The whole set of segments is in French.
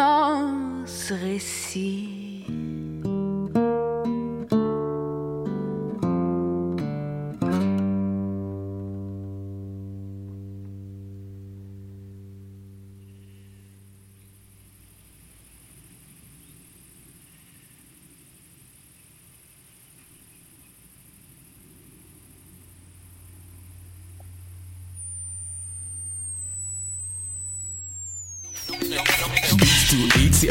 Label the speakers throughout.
Speaker 1: l'immense récit.
Speaker 2: Beats to Eat, c'est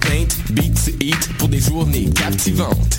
Speaker 2: paint, beats, eat pour des journées captivantes.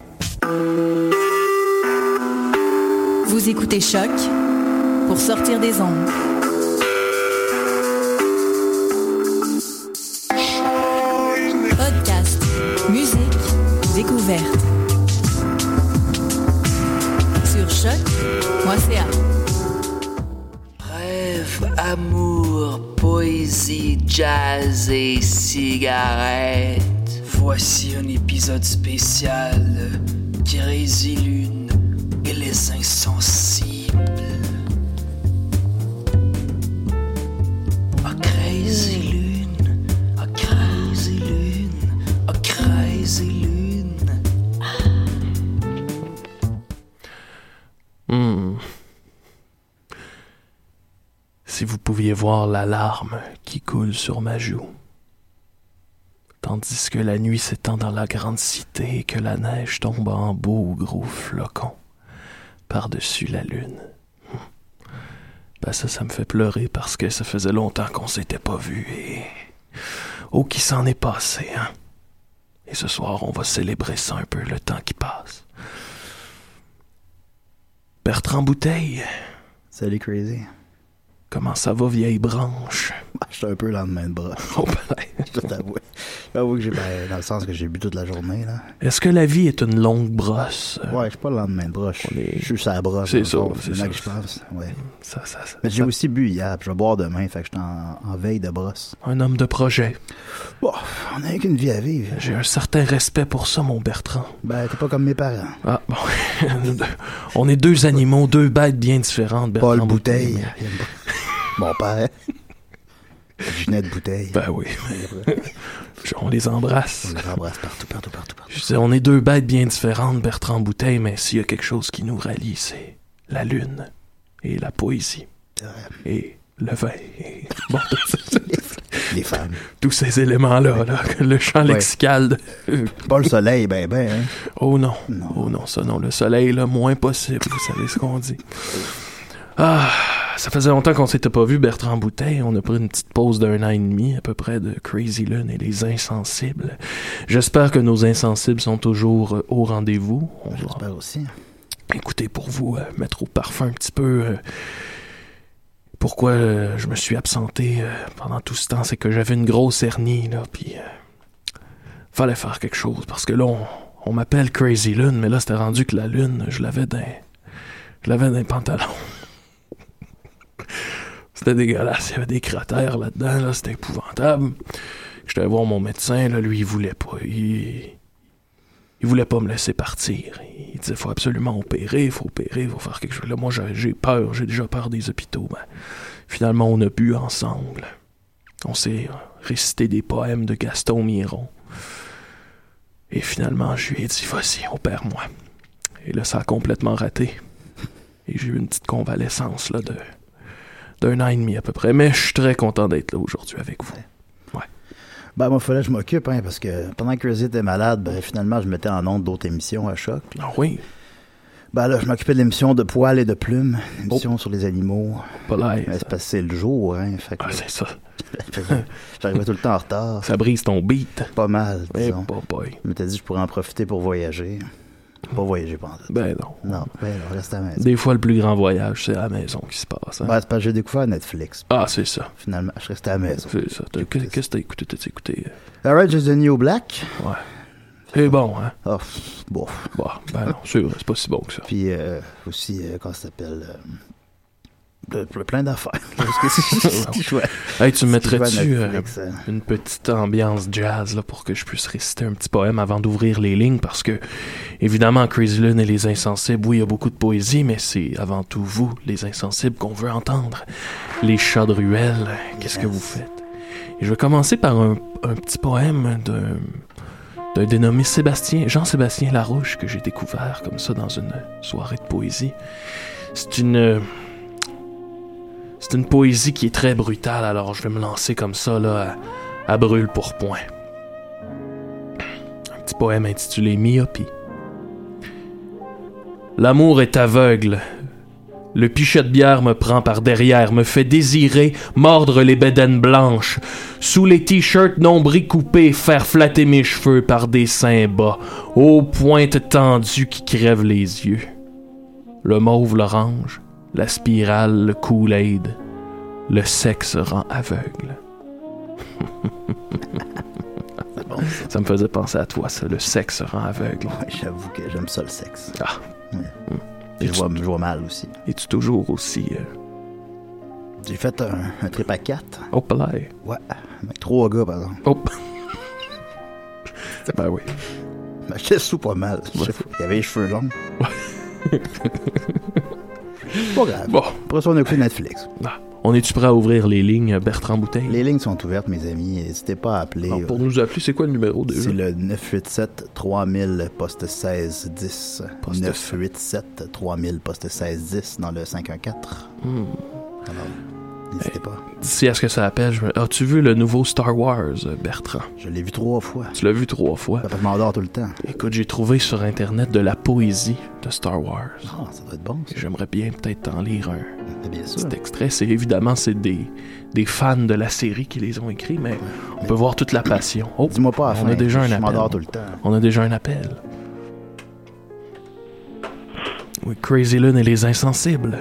Speaker 3: Vous écoutez Choc pour sortir des ondes. Podcast, musique, découverte. Sur choc.ca.
Speaker 4: Rêve, amour, poésie, jazz et cigarettes. Voici un épisode spécial qui résilune et les insensibles. A crazy lune, a crazy lune, a crazy lune.
Speaker 5: Hmm. Si vous pouviez voir la larme qui coule sur ma joue, tandis que la nuit s'étend dans la grande cité et que la neige tombe en beaux gros flocons par-dessus la lune. Hmm. Ben ça, ça me fait pleurer parce que ça faisait longtemps qu'on s'était pas vu et... Oh, qui s'en est passé, hein? Et ce soir, on va célébrer ça un peu, le temps qui passe. Bertrand Bouteille,
Speaker 6: Salut Crazy.
Speaker 5: comment ça va, vieille branche?
Speaker 6: Bah, J'étais un peu lendemain de bras,
Speaker 5: Oh, ben,
Speaker 6: je dois t'avouer. J'avoue que j'ai, ben, dans le sens que j'ai bu toute la journée, là.
Speaker 5: Est-ce que la vie est une longue brosse?
Speaker 6: Ouais, je suis pas le lendemain de bras, je
Speaker 5: On est-
Speaker 6: je suis sur la brosse.
Speaker 5: C'est
Speaker 6: dans le
Speaker 5: ça,
Speaker 6: fond,
Speaker 5: c'est
Speaker 6: le
Speaker 5: ça. Mm-hmm.
Speaker 6: mec, je pense, ouais.
Speaker 5: Ça, ça, ça-
Speaker 6: Mais j'ai
Speaker 5: ça-
Speaker 6: aussi bu hier, puis je vais boire demain, fait que je suis en, en veille de brosse.
Speaker 5: Un homme de projet.
Speaker 6: Bon, on n'a qu'une vie à vivre.
Speaker 5: J'ai un certain respect pour ça, mon Bertrand.
Speaker 6: Ben, t'es pas comme mes parents.
Speaker 5: Ah, bon. On est deux animaux, deux bêtes bien différentes, Bertrand.
Speaker 6: Paul Bouteille. Mon père. Ginette Bouteille.
Speaker 5: Ben oui. Je- On les embrasse.
Speaker 6: On les embrasse partout, partout, partout, partout.
Speaker 5: Je sais, on est deux bêtes bien différentes, Bertrand Bouteille, mais s'il y a quelque chose qui nous rallie, c'est la lune et la poésie et le vin. et- Bon,
Speaker 6: Les femmes.
Speaker 5: tous ces éléments-là, là, que le champ
Speaker 6: Ouais.
Speaker 5: lexical de- euh,
Speaker 6: Pas le soleil, ben, ben, hein.
Speaker 5: Oh non.
Speaker 6: Non.
Speaker 5: Oh non, ça non. Le soleil, le moins possible. Vous savez ce qu'on dit. Ah, ça faisait longtemps qu'on s'était pas vu, Bertrand Bouteille. On a pris une petite pause d'un an et demi, à peu près, de Crazy Lune et les insensibles. J'espère que nos insensibles sont toujours euh, au rendez-vous. On va
Speaker 6: J'espère aussi.
Speaker 5: écouter pour vous, euh, mettre au parfum un petit peu. euh, pourquoi euh, je me suis absenté euh, pendant tout ce temps, c'est que j'avais une grosse hernie, là, puis. euh, fallait faire quelque chose, parce que là, on, on m'appelle Crazy Lune, mais là, c'était rendu que la lune, je l'avais dans. Je l'avais dans les pantalons. c'était dégueulasse, il y avait des cratères là-dedans, là, c'était épouvantable. J'étais allé voir mon médecin, là, lui, il voulait pas. Il. Il voulait pas me laisser partir. Il disait faut absolument opérer, faut opérer, faut faire quelque chose. Là, moi, j'ai- j'ai peur, j'ai déjà peur des hôpitaux. Ben, finalement, on a bu ensemble. On s'est récité des poèmes de Gaston Miron. Et finalement, je lui ai dit vas-y, opère-moi. Et là, ça a complètement raté. Et j'ai eu une petite convalescence là de d'un an et demi à peu près. Mais je suis très content d'être là aujourd'hui avec vous. Ouais.
Speaker 6: Ben, moi, il fallait que je m'occupe, hein, parce que pendant que Crazy était malade, ben, finalement, je mettais en onde d'autres émissions à choc. là.
Speaker 5: Ah oui,
Speaker 6: Ben là, je m'occupais de l'émission de poils et de plumes,
Speaker 5: Oh.
Speaker 6: l'émission sur les animaux.
Speaker 5: pas
Speaker 6: Mais
Speaker 5: l'air.
Speaker 6: c'est parce que c'est le jour, hein. Fait que
Speaker 5: Ah, c'est ça.
Speaker 6: j'arrivais tout le temps en retard.
Speaker 5: Ça brise ton beat.
Speaker 6: Pas mal,
Speaker 5: Eh,
Speaker 6: disons.
Speaker 5: boy.
Speaker 6: Je m'étais dit que je pourrais en profiter pour voyager. Pas voyager pendant.
Speaker 5: Ben non.
Speaker 6: Non, ben là, reste à la maison.
Speaker 5: Des fois, le plus grand voyage, c'est à la maison qui se passe. hein.
Speaker 6: Ben, c'est parce que j'ai découvert Netflix,
Speaker 5: Ah, c'est ça.
Speaker 6: finalement. Je restais à la maison.
Speaker 5: C'est ça. T'as- Qu'est-ce que t'as écouté? T'as écouté? euh,
Speaker 6: Orange is the New Black.
Speaker 5: Ouais. C'est bon, hein?
Speaker 6: Oh, pff, bon.
Speaker 5: Bon, ben non, c'est vrai, c'est pas si bon que ça.
Speaker 6: Puis euh, aussi, euh, comment ça s'appelle euh, ple- plein d'affaires. Parce que c'est- c'est- c'est- je vois-
Speaker 5: Hey, tu me
Speaker 6: je
Speaker 5: Ah, mettrais-tu
Speaker 6: vois
Speaker 5: euh,
Speaker 6: Netflix, hein.
Speaker 5: une petite ambiance jazz là, pour que je puisse réciter un petit poème avant d'ouvrir les lignes? Parce que, évidemment, Crazy Lune et les Insensibles, oui, il y a beaucoup de poésie, mais c'est avant tout vous, les Insensibles, qu'on veut entendre. Les chats de ruelle, qu'est-ce que
Speaker 6: Yes.
Speaker 5: vous faites? Et je vais commencer par un, un petit poème d'un d'un dénommé Sébastien, Jean-Sébastien Larouche, que j'ai découvert comme ça dans une soirée de poésie. C'est une. C'est une poésie qui est très brutale, alors je vais me lancer comme ça, là, à, à brûle pour point. Un petit poème intitulé Myopie. L'amour est aveugle. Le pichet de bière me prend par derrière, me fait désirer, mordre les bédaines blanches, sous les t-shirts nombris coupés, faire flatter mes cheveux par des seins bas, aux pointes tendues qui crèvent les yeux. Le mauve, l'orange, la spirale, le Kool-Aid. Le sexe rend aveugle. ça me faisait penser à toi, ça. Le sexe rend aveugle.
Speaker 6: Ouais, J'avoue que j'aime ça le sexe.
Speaker 5: Ah.
Speaker 6: Ouais.
Speaker 5: Et
Speaker 6: Je
Speaker 5: tu-
Speaker 6: vois, je vois mal aussi.
Speaker 5: Es-tu toujours aussi. euh,
Speaker 6: J'ai fait un, un trip à quatre.
Speaker 5: Hop là. eh?
Speaker 6: Ouais. Avec trois gars, par exemple.
Speaker 5: Hop. ben oui.
Speaker 6: Ben, J'étais sous pas mal. J'avoue. Il y avait les cheveux longs. pas grave.
Speaker 5: Bon.
Speaker 6: Après ça, on a écouté Netflix.
Speaker 5: Ah. On est-tu prêt à ouvrir les lignes, euh, Bertrand Bouteille?
Speaker 6: Les lignes sont ouvertes, mes amis. N'hésitez pas à appeler. euh,
Speaker 5: Alors, pour nous appeler, c'est quoi le numéro déjà?
Speaker 6: C'est le 987 3000 poste 16 10.
Speaker 5: Poste
Speaker 6: 987 3000 poste 16 10 dans le 514.
Speaker 5: Hmm.
Speaker 6: Alors, n'hésitez pas.
Speaker 5: D'ici à ce que ça appelle, je me- as-tu vu le nouveau Star Wars, euh, Bertrand?
Speaker 6: Je l'ai vu trois fois.
Speaker 5: Tu l'as vu trois fois.
Speaker 6: Papa, je m'endors tout le temps.
Speaker 5: Écoute, j'ai trouvé sur Internet de la poésie de Star Wars.
Speaker 6: Ah, ça doit être bon.
Speaker 5: Et J'aimerais bien peut-être t'en lire un
Speaker 6: ça. Bien sûr.
Speaker 5: petit extrait. C'est évidemment c'est des, des fans de la série qui les ont écrits, mais on peut voir toute la passion. Oh,
Speaker 6: Dis-moi pas à la
Speaker 5: on
Speaker 6: fin,
Speaker 5: a déjà un
Speaker 6: Je m'endors tout
Speaker 5: appel.
Speaker 6: le temps.
Speaker 5: On a déjà un appel. Oui, Crazy Lune et les insensibles.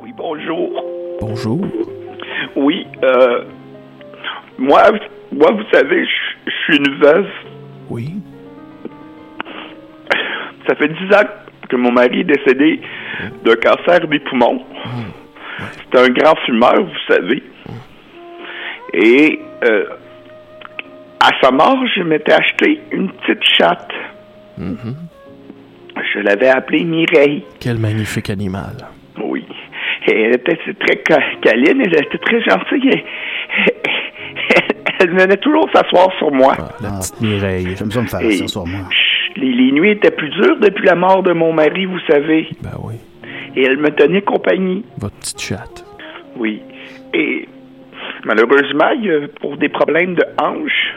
Speaker 7: Oui, bonjour.
Speaker 5: Bonjour.
Speaker 7: Oui, euh, moi, moi, vous savez, je je suis une veuve.
Speaker 5: Oui.
Speaker 7: Ça fait dix ans que mon mari est décédé d'un cancer des poumons. C'est un grand fumeur, vous savez. Et euh, à sa mort, je m'étais acheté une petite chatte. Je l'avais appelée Mireille.
Speaker 5: Quel magnifique animal.
Speaker 7: Oui. Et elle était très ca- câline, elle était très gentille. et- Elle venait toujours s'asseoir sur moi.
Speaker 5: Ah, la petite Mireille.
Speaker 6: J'aime ça me faire
Speaker 7: Et-
Speaker 6: ça sur moi.
Speaker 7: Les, les nuits étaient plus dures depuis la mort de mon mari, vous savez.
Speaker 5: Ben oui.
Speaker 7: Et elle me tenait compagnie.
Speaker 5: Votre petite chatte.
Speaker 7: Oui. Et malheureusement, il a- pour des problèmes de hanche,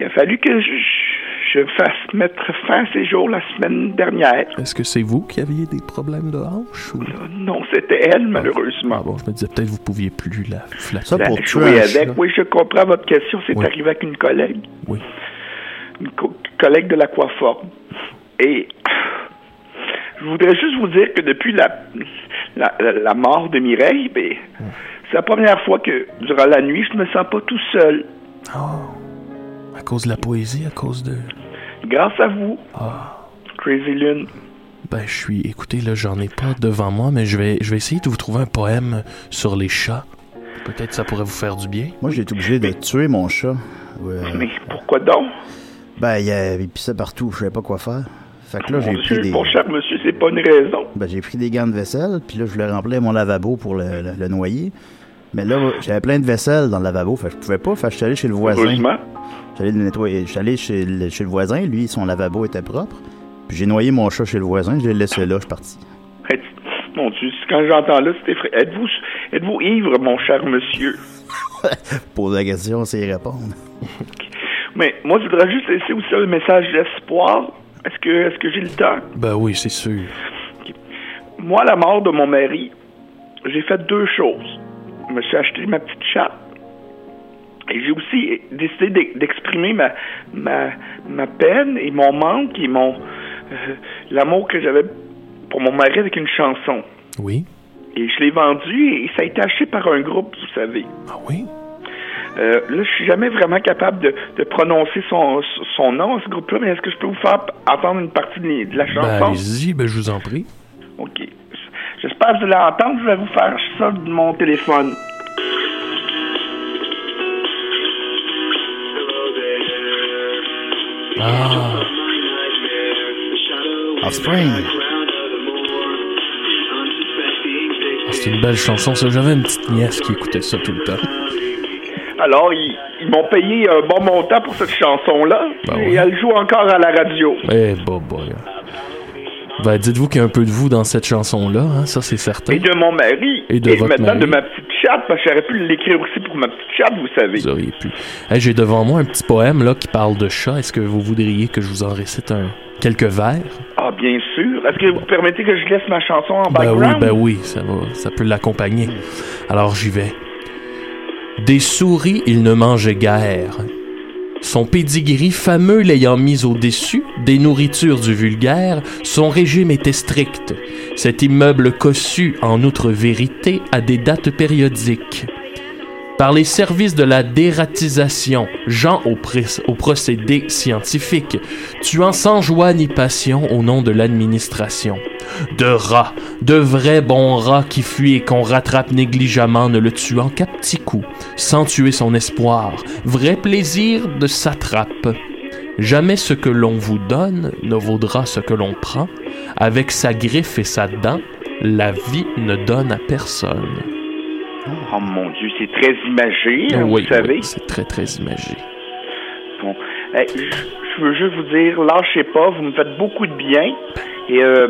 Speaker 7: il a fallu que je, je fasse mettre fin à ces jours la semaine dernière.
Speaker 5: Est-ce que c'est vous qui aviez des problèmes de hanche? Ou...
Speaker 7: Non, c'était elle,
Speaker 5: Ah
Speaker 7: malheureusement.
Speaker 5: bon, je me disais peut-être vous pouviez plus la flatter.
Speaker 6: Ça,
Speaker 7: La-
Speaker 6: pour
Speaker 7: jouer
Speaker 6: tuer un
Speaker 7: avec.
Speaker 6: chat.
Speaker 7: Oui, je comprends votre question. C'est
Speaker 5: Oui.
Speaker 7: arrivé avec une collègue.
Speaker 5: Oui.
Speaker 7: une co- collègue de l'aquaforme. Et je voudrais juste vous dire que depuis la, la, la- la mort de Mireille, ben,
Speaker 6: Hmm.
Speaker 7: c'est la première fois que, durant la nuit, je me sens pas tout seul.
Speaker 5: Oh. À cause de la poésie, à cause de...
Speaker 7: Grâce à vous,
Speaker 5: Ah.
Speaker 7: Crazy Lune.
Speaker 5: Ben, je suis... Écoutez, là, j'en ai pas devant moi, mais je vais, je vais essayer de vous trouver un poème sur les chats. Peut-être ça pourrait vous faire du bien.
Speaker 6: Moi, j'ai été obligé de tuer mon chat. Ouais.
Speaker 7: Mais pourquoi donc?
Speaker 6: Ben, il, y a- il pissait partout. Je savais pas quoi faire. Fait que là, j'ai
Speaker 7: Mon, Dieu,
Speaker 6: pris des.
Speaker 7: mon cher monsieur, c'est pas une raison.
Speaker 6: Ben, j'ai pris des gants de vaisselle, puis là, je le remplis à mon lavabo pour le, le- le noyer. Mais là, j'avais plein de vaisselle dans le lavabo, fait que je pouvais pas. Fait que je suis allé chez le voisin.
Speaker 7: Heureusement.
Speaker 6: J'allais le nettoyer. J'allais chez le, chez le voisin, lui, son lavabo était propre. Puis j'ai noyé mon chat chez le voisin, je l'ai laissé là, je suis parti.
Speaker 7: Mon Dieu, quand j'entends là, c'est effrayant. Êtes-vous, êtes-vous ivre, mon cher monsieur?
Speaker 6: Poser la question, c'est y répondre.
Speaker 7: Mais moi, je voudrais juste laisser aussi un message d'espoir. Est-ce que, est-ce que j'ai le temps?
Speaker 5: Ben oui, c'est sûr.
Speaker 7: Moi, à la mort de mon mari, j'ai fait deux choses. Je me suis acheté ma petite chatte. Et j'ai aussi décidé d'e- d'exprimer ma, ma, ma peine et mon manque et mon euh, l'amour que j'avais pour mon mari avec une chanson.
Speaker 5: Oui.
Speaker 7: Et je l'ai vendu et ça a été acheté par un groupe, vous savez.
Speaker 5: Ah oui?
Speaker 7: Euh, là, je suis jamais vraiment capable de, de prononcer son, son nom à ce groupe-là, mais est-ce que je peux vous faire entendre une partie de, de la
Speaker 5: Ben
Speaker 7: chanson?
Speaker 5: allez-y, ben je vous en prie.
Speaker 7: OK. J'espère que vous allez entendre. Je vais vous faire ça de mon téléphone.
Speaker 5: Ah,
Speaker 6: Offspring.
Speaker 5: c'est une belle chanson, ça. J'avais une petite nièce qui écoutait ça tout le temps.
Speaker 7: Alors, ils, ils m'ont payé un bon montant pour cette chanson-là.
Speaker 5: Ben
Speaker 7: et
Speaker 5: oui.
Speaker 7: elle joue encore à la radio.
Speaker 5: Eh, bah, Ben, dites-vous qu'il y a un peu de vous dans cette chanson-là, hein, ça, c'est certain.
Speaker 7: Et de mon mari.
Speaker 5: Et de votre
Speaker 7: maintenant
Speaker 5: mari.
Speaker 7: de ma petite chatte, parce que j'aurais pu l'écrire aussi pour ma petite chatte, vous savez.
Speaker 5: Vous auriez pu. Eh, J'ai devant moi un petit poème, là, qui parle de chat. Est-ce que vous voudriez que je vous en récite un... quelques vers?
Speaker 7: Ah, bien sûr. Est-ce que vous permettez que je laisse ma chanson en
Speaker 5: Ben oui,
Speaker 7: background?
Speaker 5: ben oui, ça, va, ça peut l'accompagner. Alors j'y vais. Des souris, il ne mangeait guère. Son pedigree fameux l'ayant mis au-dessus des nourritures du vulgaire, son régime était strict. Cet immeuble cossu, en outre vérité, à des dates périodiques. Par les services de la dératisation, Jean au, pré- au procédé scientifique, tuant sans joie ni passion au nom de l'administration. De rats, de vrais bons rats qui fuient et qu'on rattrape négligemment ne le tuant qu'à petits coups, sans tuer son espoir, vrai plaisir de satrape. Jamais ce que l'on vous donne ne vaudra ce que l'on prend. Avec sa griffe et sa dent, la vie ne donne à personne.
Speaker 7: Oh mon Dieu, c'est très imagé, hein,
Speaker 5: oui,
Speaker 7: vous savez.
Speaker 5: oui, c'est très très imagé.
Speaker 7: Bon. Eh, je je veux juste vous dire, lâchez pas, vous me faites beaucoup de bien. Et euh,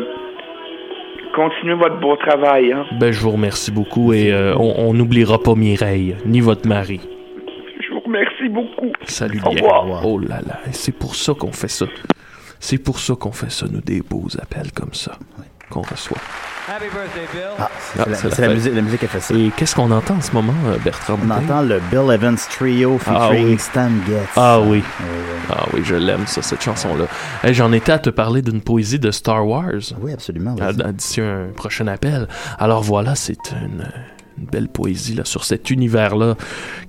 Speaker 7: continuez votre beau travail. Hein.
Speaker 5: Ben je vous remercie beaucoup et euh, on on n'oubliera pas Mireille ni votre mari.
Speaker 7: Je vous remercie beaucoup.
Speaker 5: Salut
Speaker 7: Au
Speaker 5: bien.
Speaker 7: revoir.
Speaker 5: Oh là là, et c'est pour ça qu'on fait ça. C'est pour ça qu'on fait ça, nous, des beaux appels comme ça qu'on reçoit.
Speaker 6: Ah, c'est
Speaker 5: Ah,
Speaker 6: la,
Speaker 5: c'est la
Speaker 6: c'est la
Speaker 5: fête.
Speaker 6: musique, la musique a fait ça.
Speaker 5: Et qu'est-ce qu'on entend en ce moment, euh, Bertrand
Speaker 6: On
Speaker 5: Boutin?
Speaker 6: entend le Bill Evans Trio featuring
Speaker 5: Ah oui.
Speaker 6: Stan Getz. Euh,
Speaker 5: Ah oui,
Speaker 6: Oui, oui.
Speaker 5: ah oui, je l'aime ça, cette chanson-là. Hey, J'en étais à te parler d'une poésie de Star Wars
Speaker 6: Oui, absolument.
Speaker 5: à-
Speaker 6: vas-y.
Speaker 5: à- d'ici un prochain appel. Alors voilà, c'est une, une belle poésie là, sur cet univers-là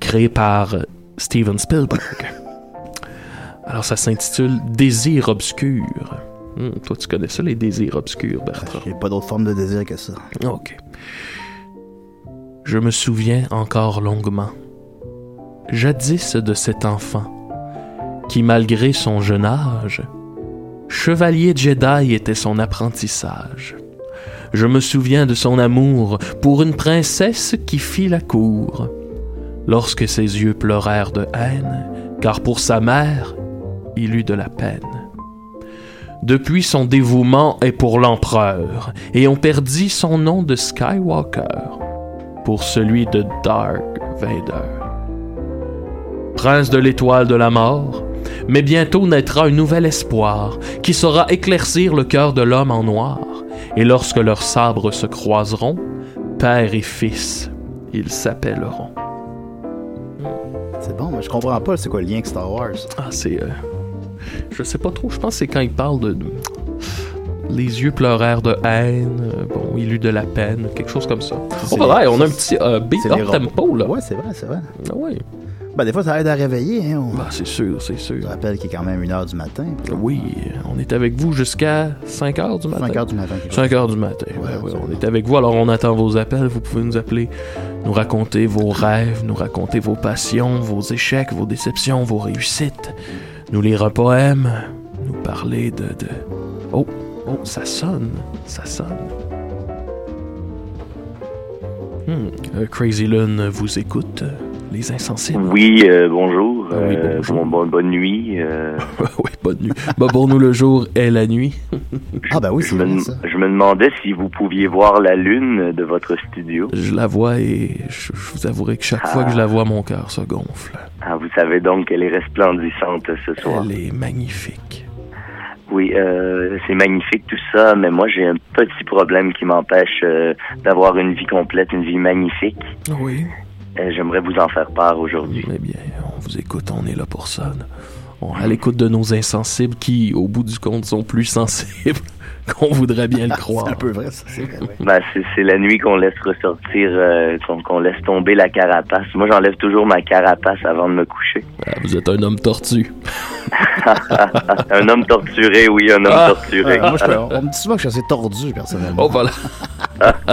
Speaker 5: créé par euh, Steven Spielberg. Alors ça s'intitule Désir obscur. Hum, toi, tu connais ça, les désirs obscurs, Bertrand?
Speaker 6: J'ai pas d'autre forme de désir que ça.
Speaker 5: Ok. Je me souviens encore longuement, jadis de cet enfant, qui malgré son jeune âge, chevalier Jedi était son apprentissage. Je me souviens de son amour pour une princesse qui fit la cour, lorsque ses yeux pleurèrent de haine, car pour sa mère, il eut de la peine depuis son dévouement est pour l'empereur, et on perdit son nom de Skywalker pour celui de Dark Vader. Prince de l'étoile de la mort, mais bientôt naîtra un nouvel espoir qui saura éclaircir le cœur de l'homme en noir, et lorsque leurs sabres se croiseront, père et fils, ils s'appelleront.
Speaker 6: C'est bon, mais je comprends pas c'est quoi le lien avec Star Wars.
Speaker 5: Ah, c'est. euh, je sais pas trop. Je pense que c'est quand il parle de. de- Les yeux pleurèrent de haine. euh, bon, il eut de la peine. Quelque chose comme ça. Oh,
Speaker 6: C'est-
Speaker 5: voilà, et on a un
Speaker 6: c'est-
Speaker 5: petit euh, beat
Speaker 6: C'est les
Speaker 5: up
Speaker 6: robots.
Speaker 5: tempo, là.
Speaker 6: Ouais, c'est vrai, c'est vrai.
Speaker 5: Ah ouais.
Speaker 6: Ben, des fois, ça aide à réveiller. Hein, on
Speaker 5: Bah, c'est sûr, c'est sûr.
Speaker 6: Je rappelle qu'il est quand même 1h du matin.
Speaker 5: Oui, on est avec vous jusqu'à 5 h du matin.
Speaker 6: 5h du matin. quelque chose.
Speaker 5: 5 heures du matin. ouais, ouais, on est avec vous, alors on attend vos appels. Vous pouvez nous appeler, nous raconter vos rêves, nous raconter vos passions, vos échecs, vos déceptions, vos réussites, nous lire un poème, nous parler de. de... Oh, oh, ça sonne, ça sonne. Hmm, euh, Crazy Lune vous écoute. les insensibles.
Speaker 8: Oui, euh, bonjour.
Speaker 5: Ah oui,
Speaker 8: euh,
Speaker 5: bonjour.
Speaker 8: bon- bon- bonne nuit. euh,
Speaker 5: oui, bonne nuit. Bah, pour nous, le jour est la nuit.
Speaker 6: Ah, ben oui, c'est
Speaker 8: je, me,
Speaker 6: bon,
Speaker 8: dem-
Speaker 6: ça.
Speaker 8: je me demandais si vous pouviez voir la lune de votre studio.
Speaker 5: Je la vois et je, je vous avouerai que chaque fois que je la vois, mon cœur se gonfle.
Speaker 8: Ah, vous savez donc qu'elle est resplendissante ce soir.
Speaker 5: Elle est magnifique.
Speaker 8: Oui, euh, c'est magnifique tout ça, mais moi j'ai un petit problème qui m'empêche euh, d'avoir une vie complète, une vie magnifique.
Speaker 5: Oui.
Speaker 8: Euh, J'aimerais vous en faire part aujourd'hui.
Speaker 5: Eh bien, on vous écoute, on est là pour ça. On, à l'écoute de nos insensibles qui, au bout du compte, sont plus sensibles qu'on voudrait bien le
Speaker 6: C'est un
Speaker 5: croire.
Speaker 6: peu vrai, ça, c'est vrai. ouais.
Speaker 8: Ben, c'est- c'est la nuit qu'on laisse ressortir, euh, qu'on qu'on laisse tomber la carapace. Moi, j'enlève toujours ma carapace avant de me coucher.
Speaker 5: Ah, vous êtes un homme tortu.
Speaker 8: un homme torturé, oui, un homme
Speaker 5: Ah.
Speaker 8: torturé.
Speaker 6: Ouais, moi, je- on me dit souvent que je suis assez tordu, personnellement.
Speaker 5: Oh, voilà.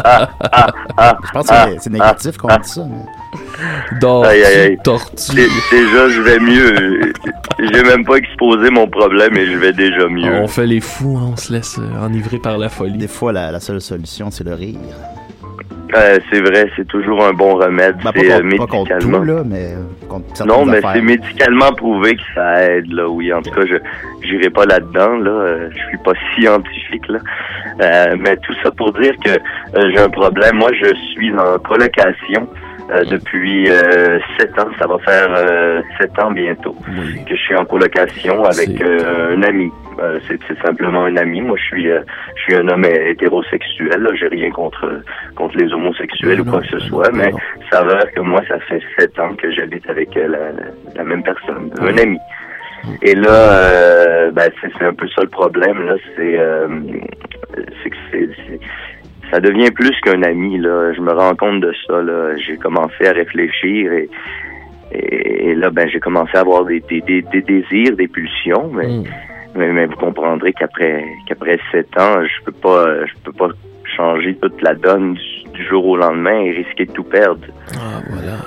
Speaker 6: Je pense que
Speaker 8: Ah.
Speaker 6: c'est- c'est négatif qu'on dit ça. mais-
Speaker 5: Tortu,
Speaker 8: Aïe, aïe, aïe. Dé-
Speaker 5: tortu.
Speaker 8: Déjà, je vais mieux. J'ai même pas exposé mon problème et je vais déjà mieux.
Speaker 5: On fait les fous, hein, on se laisse euh, enivrer par la folie.
Speaker 6: Des fois, la, la seule solution, c'est le rire.
Speaker 8: Euh, c'est vrai, c'est toujours un bon remède.
Speaker 6: Ben, pas,
Speaker 8: c'est euh,
Speaker 6: contre, pas contre
Speaker 8: médicalement.
Speaker 6: tout, là, mais euh, contre certaines
Speaker 8: non, mais
Speaker 6: affaires.
Speaker 8: c'est médicalement prouvé que ça aide, là, oui. En tout cas, je j'irai pas là-dedans, là. Euh, Je suis pas scientifique, là. Euh, mais tout ça pour dire que euh, j'ai un problème. Moi, je suis en colocation euh, depuis euh, sept ans. Ça va faire euh, sept ans bientôt
Speaker 5: Oui.
Speaker 8: que je suis en colocation avec
Speaker 5: C'est-
Speaker 8: euh, un ami. Euh, c'est c'est simplement un ami. Moi, je suis, euh, je suis un homme hétérosexuel. là. J'ai rien contre contre les homosexuels ou
Speaker 5: Non,
Speaker 8: quoi que ce
Speaker 5: non,
Speaker 8: soit,
Speaker 5: non,
Speaker 8: mais
Speaker 5: non.
Speaker 8: ça s'avère que moi, ça fait sept ans que j'habite avec euh, la, la même personne, un ami. Et là, euh, ben, c'est c'est un peu ça le problème. Là, c'est euh, c'est que c'est- c'est- ça devient plus qu'un ami. Là, je me rends compte de ça. Là, j'ai commencé à réfléchir et et, et là, ben, j'ai commencé à avoir des, des, des, des désirs, des pulsions, mais,
Speaker 5: Mm.
Speaker 8: mais, mais vous comprendrez qu'après qu'après sept ans, je peux pas euh, je peux pas changer toute la donne du, du jour au lendemain et risquer de tout perdre.
Speaker 5: Ah, voilà.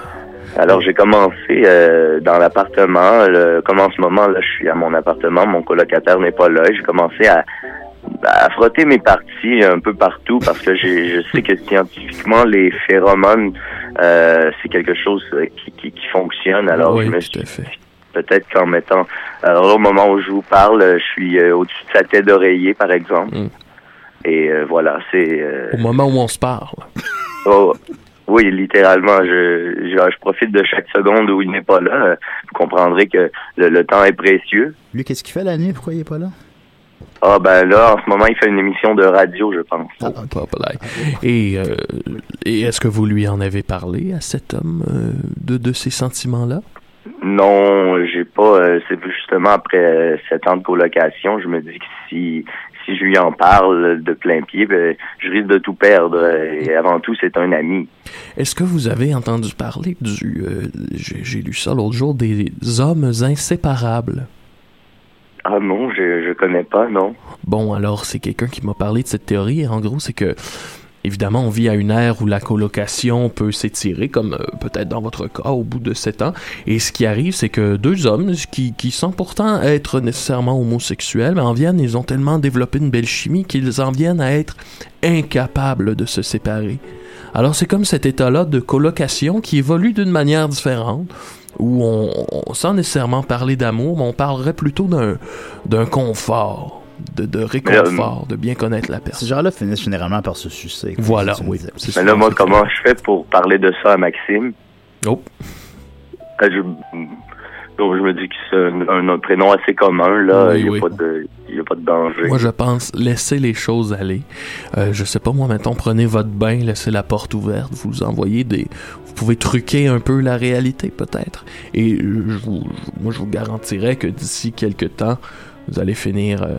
Speaker 8: Alors j'ai commencé euh, dans l'appartement. le- Comme en ce moment là, je suis à mon appartement, mon colocataire n'est pas là. J'ai commencé à, à frotter mes parties un peu partout parce que j'ai- je sais que scientifiquement les phéromones euh, c'est quelque chose euh, qui, qui, qui fonctionne. Alors
Speaker 5: oui,
Speaker 8: je me
Speaker 5: tout à fait.
Speaker 8: peut-être qu'en mettant. euh, Alors là, au moment où je vous parle, euh, je suis euh, au-dessus de sa tête d'oreiller, par exemple.
Speaker 5: Mm.
Speaker 8: Et euh, voilà, c'est. euh,
Speaker 5: Au moment où on se parle.
Speaker 8: oh, oui, littéralement, je, je, je profite de chaque seconde où il n'est pas là. Euh, Vous comprendrez que le, le temps est précieux.
Speaker 6: Lui, qu'est-ce qu'il fait la nuit? Pourquoi il est pas là?
Speaker 8: Ah ben là, en ce moment, il fait une émission de radio, je pense.
Speaker 6: Ah,
Speaker 5: Oh,
Speaker 6: ok.
Speaker 5: pas polite. Et, euh, et est-ce que vous lui en avez parlé à cet homme euh, de, de ces sentiments-là?
Speaker 8: Non, j'ai pas. euh, c'est justement après euh, sept ans de colocation, je me dis que si si je lui en parle de plein pied, ben, je risque de tout perdre. Euh, Et avant tout, c'est un ami.
Speaker 5: Est-ce que vous avez entendu parler du... euh, J'ai j'ai lu ça l'autre jour, des hommes inséparables?
Speaker 8: Ah non, je, je connais pas, non.
Speaker 5: Bon, alors c'est quelqu'un qui m'a parlé de cette théorie. Et en gros, c'est que, évidemment, on vit à une ère où la colocation peut s'étirer, comme euh, peut-être dans votre cas, au bout de sept ans. Et ce qui arrive, c'est que deux hommes, qui, qui sans pourtant être nécessairement homosexuels, mais en viennent, ils ont tellement développé une belle chimie qu'ils en viennent à être incapables de se séparer. Alors c'est comme cet état-là de colocation qui évolue d'une manière différente, où on, on- sans nécessairement parler d'amour, mais on parlerait plutôt d'un, d'un confort, de, de réconfort, de bien connaître la
Speaker 6: Ces
Speaker 5: personne.
Speaker 6: gens-là finissent généralement par se sucer. comme
Speaker 5: Voilà,
Speaker 6: tu me
Speaker 5: oui.
Speaker 6: disais.
Speaker 5: c'est
Speaker 8: Mais
Speaker 5: ça,
Speaker 8: là, moi,
Speaker 5: c'est ça.
Speaker 8: comment je fais pour parler de ça à Maxime?
Speaker 5: Oh.
Speaker 8: Euh, Je, donc, je me dis que c'est un, un- un prénom assez commun, là.
Speaker 5: Oui,
Speaker 8: il n'y a,
Speaker 5: oui.
Speaker 8: pas de- il y a pas de danger.
Speaker 5: Moi, je pense laisser les choses aller. Euh, je sais pas, moi, mettons, prenez votre bain, laissez la porte ouverte, vous envoyez des. Vous pouvez truquer un peu la réalité, peut-être. Et euh, je vous, je- moi, je vous garantirais que d'ici quelques temps, vous allez finir euh,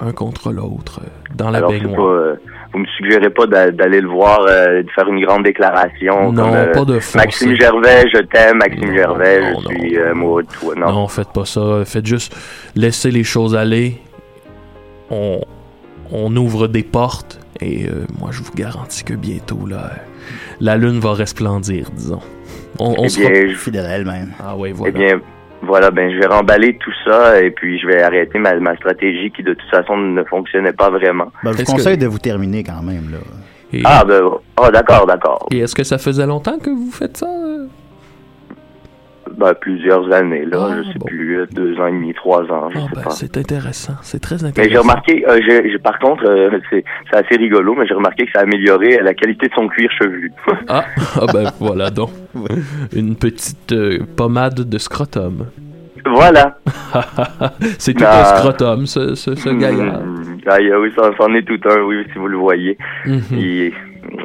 Speaker 5: un contre l'autre euh, dans la
Speaker 8: Alors, c'est pas,
Speaker 5: baignoire.
Speaker 8: euh, vous me suggérez pas d'a- d'aller le voir, euh, de faire une grande déclaration.
Speaker 5: non,
Speaker 8: comme, euh,
Speaker 5: pas de force.
Speaker 8: Maxime Gervais, je t'aime, Maxime
Speaker 5: Non,
Speaker 8: Gervais,
Speaker 5: non,
Speaker 8: je
Speaker 5: non,
Speaker 8: suis
Speaker 5: non.
Speaker 8: euh, amoureux de toi. Non.
Speaker 5: Non, faites pas ça. Faites juste laisser les choses aller. On, on ouvre des portes et euh, moi je vous garantis que bientôt là, euh, la lune va resplendir, disons. On, on
Speaker 8: eh
Speaker 5: sera-
Speaker 8: bien, je-
Speaker 6: Fidèle à elle-même.
Speaker 5: Ah ouais,
Speaker 8: eh
Speaker 5: voilà.
Speaker 8: bien, voilà, ben, je vais remballer tout ça et puis je vais arrêter ma, ma stratégie qui, de toute façon, ne fonctionnait pas vraiment.
Speaker 6: Ben, je vous
Speaker 5: Est-ce que-
Speaker 6: conseille de vous terminer quand même, là.
Speaker 5: Et,
Speaker 8: Ah, ben, oh, d'accord, d'accord.
Speaker 5: et est-ce que ça faisait longtemps que vous faites ça euh?
Speaker 8: ben, plusieurs années, là, je sais plus, euh, deux ans et demi, trois ans, je sais
Speaker 5: Ah, Ben,
Speaker 8: pas.
Speaker 5: c'est intéressant. C'est très intéressant.
Speaker 8: Mais j'ai remarqué, euh, j'ai- j'ai- par contre, euh, c'est c'est assez rigolo, mais j'ai remarqué que ça a amélioré la qualité de son cuir chevelu.
Speaker 5: Ah, ah ben voilà donc. Une petite euh, pommade de scrotum.
Speaker 8: voilà.
Speaker 5: c'est tout
Speaker 8: Ah.
Speaker 5: un scrotum, ce, ce, ce gaillard.
Speaker 8: Mm. Ah, yeah, oui, ça, ça en est tout un, oui, si vous le voyez.
Speaker 5: Mhm.
Speaker 8: il, est-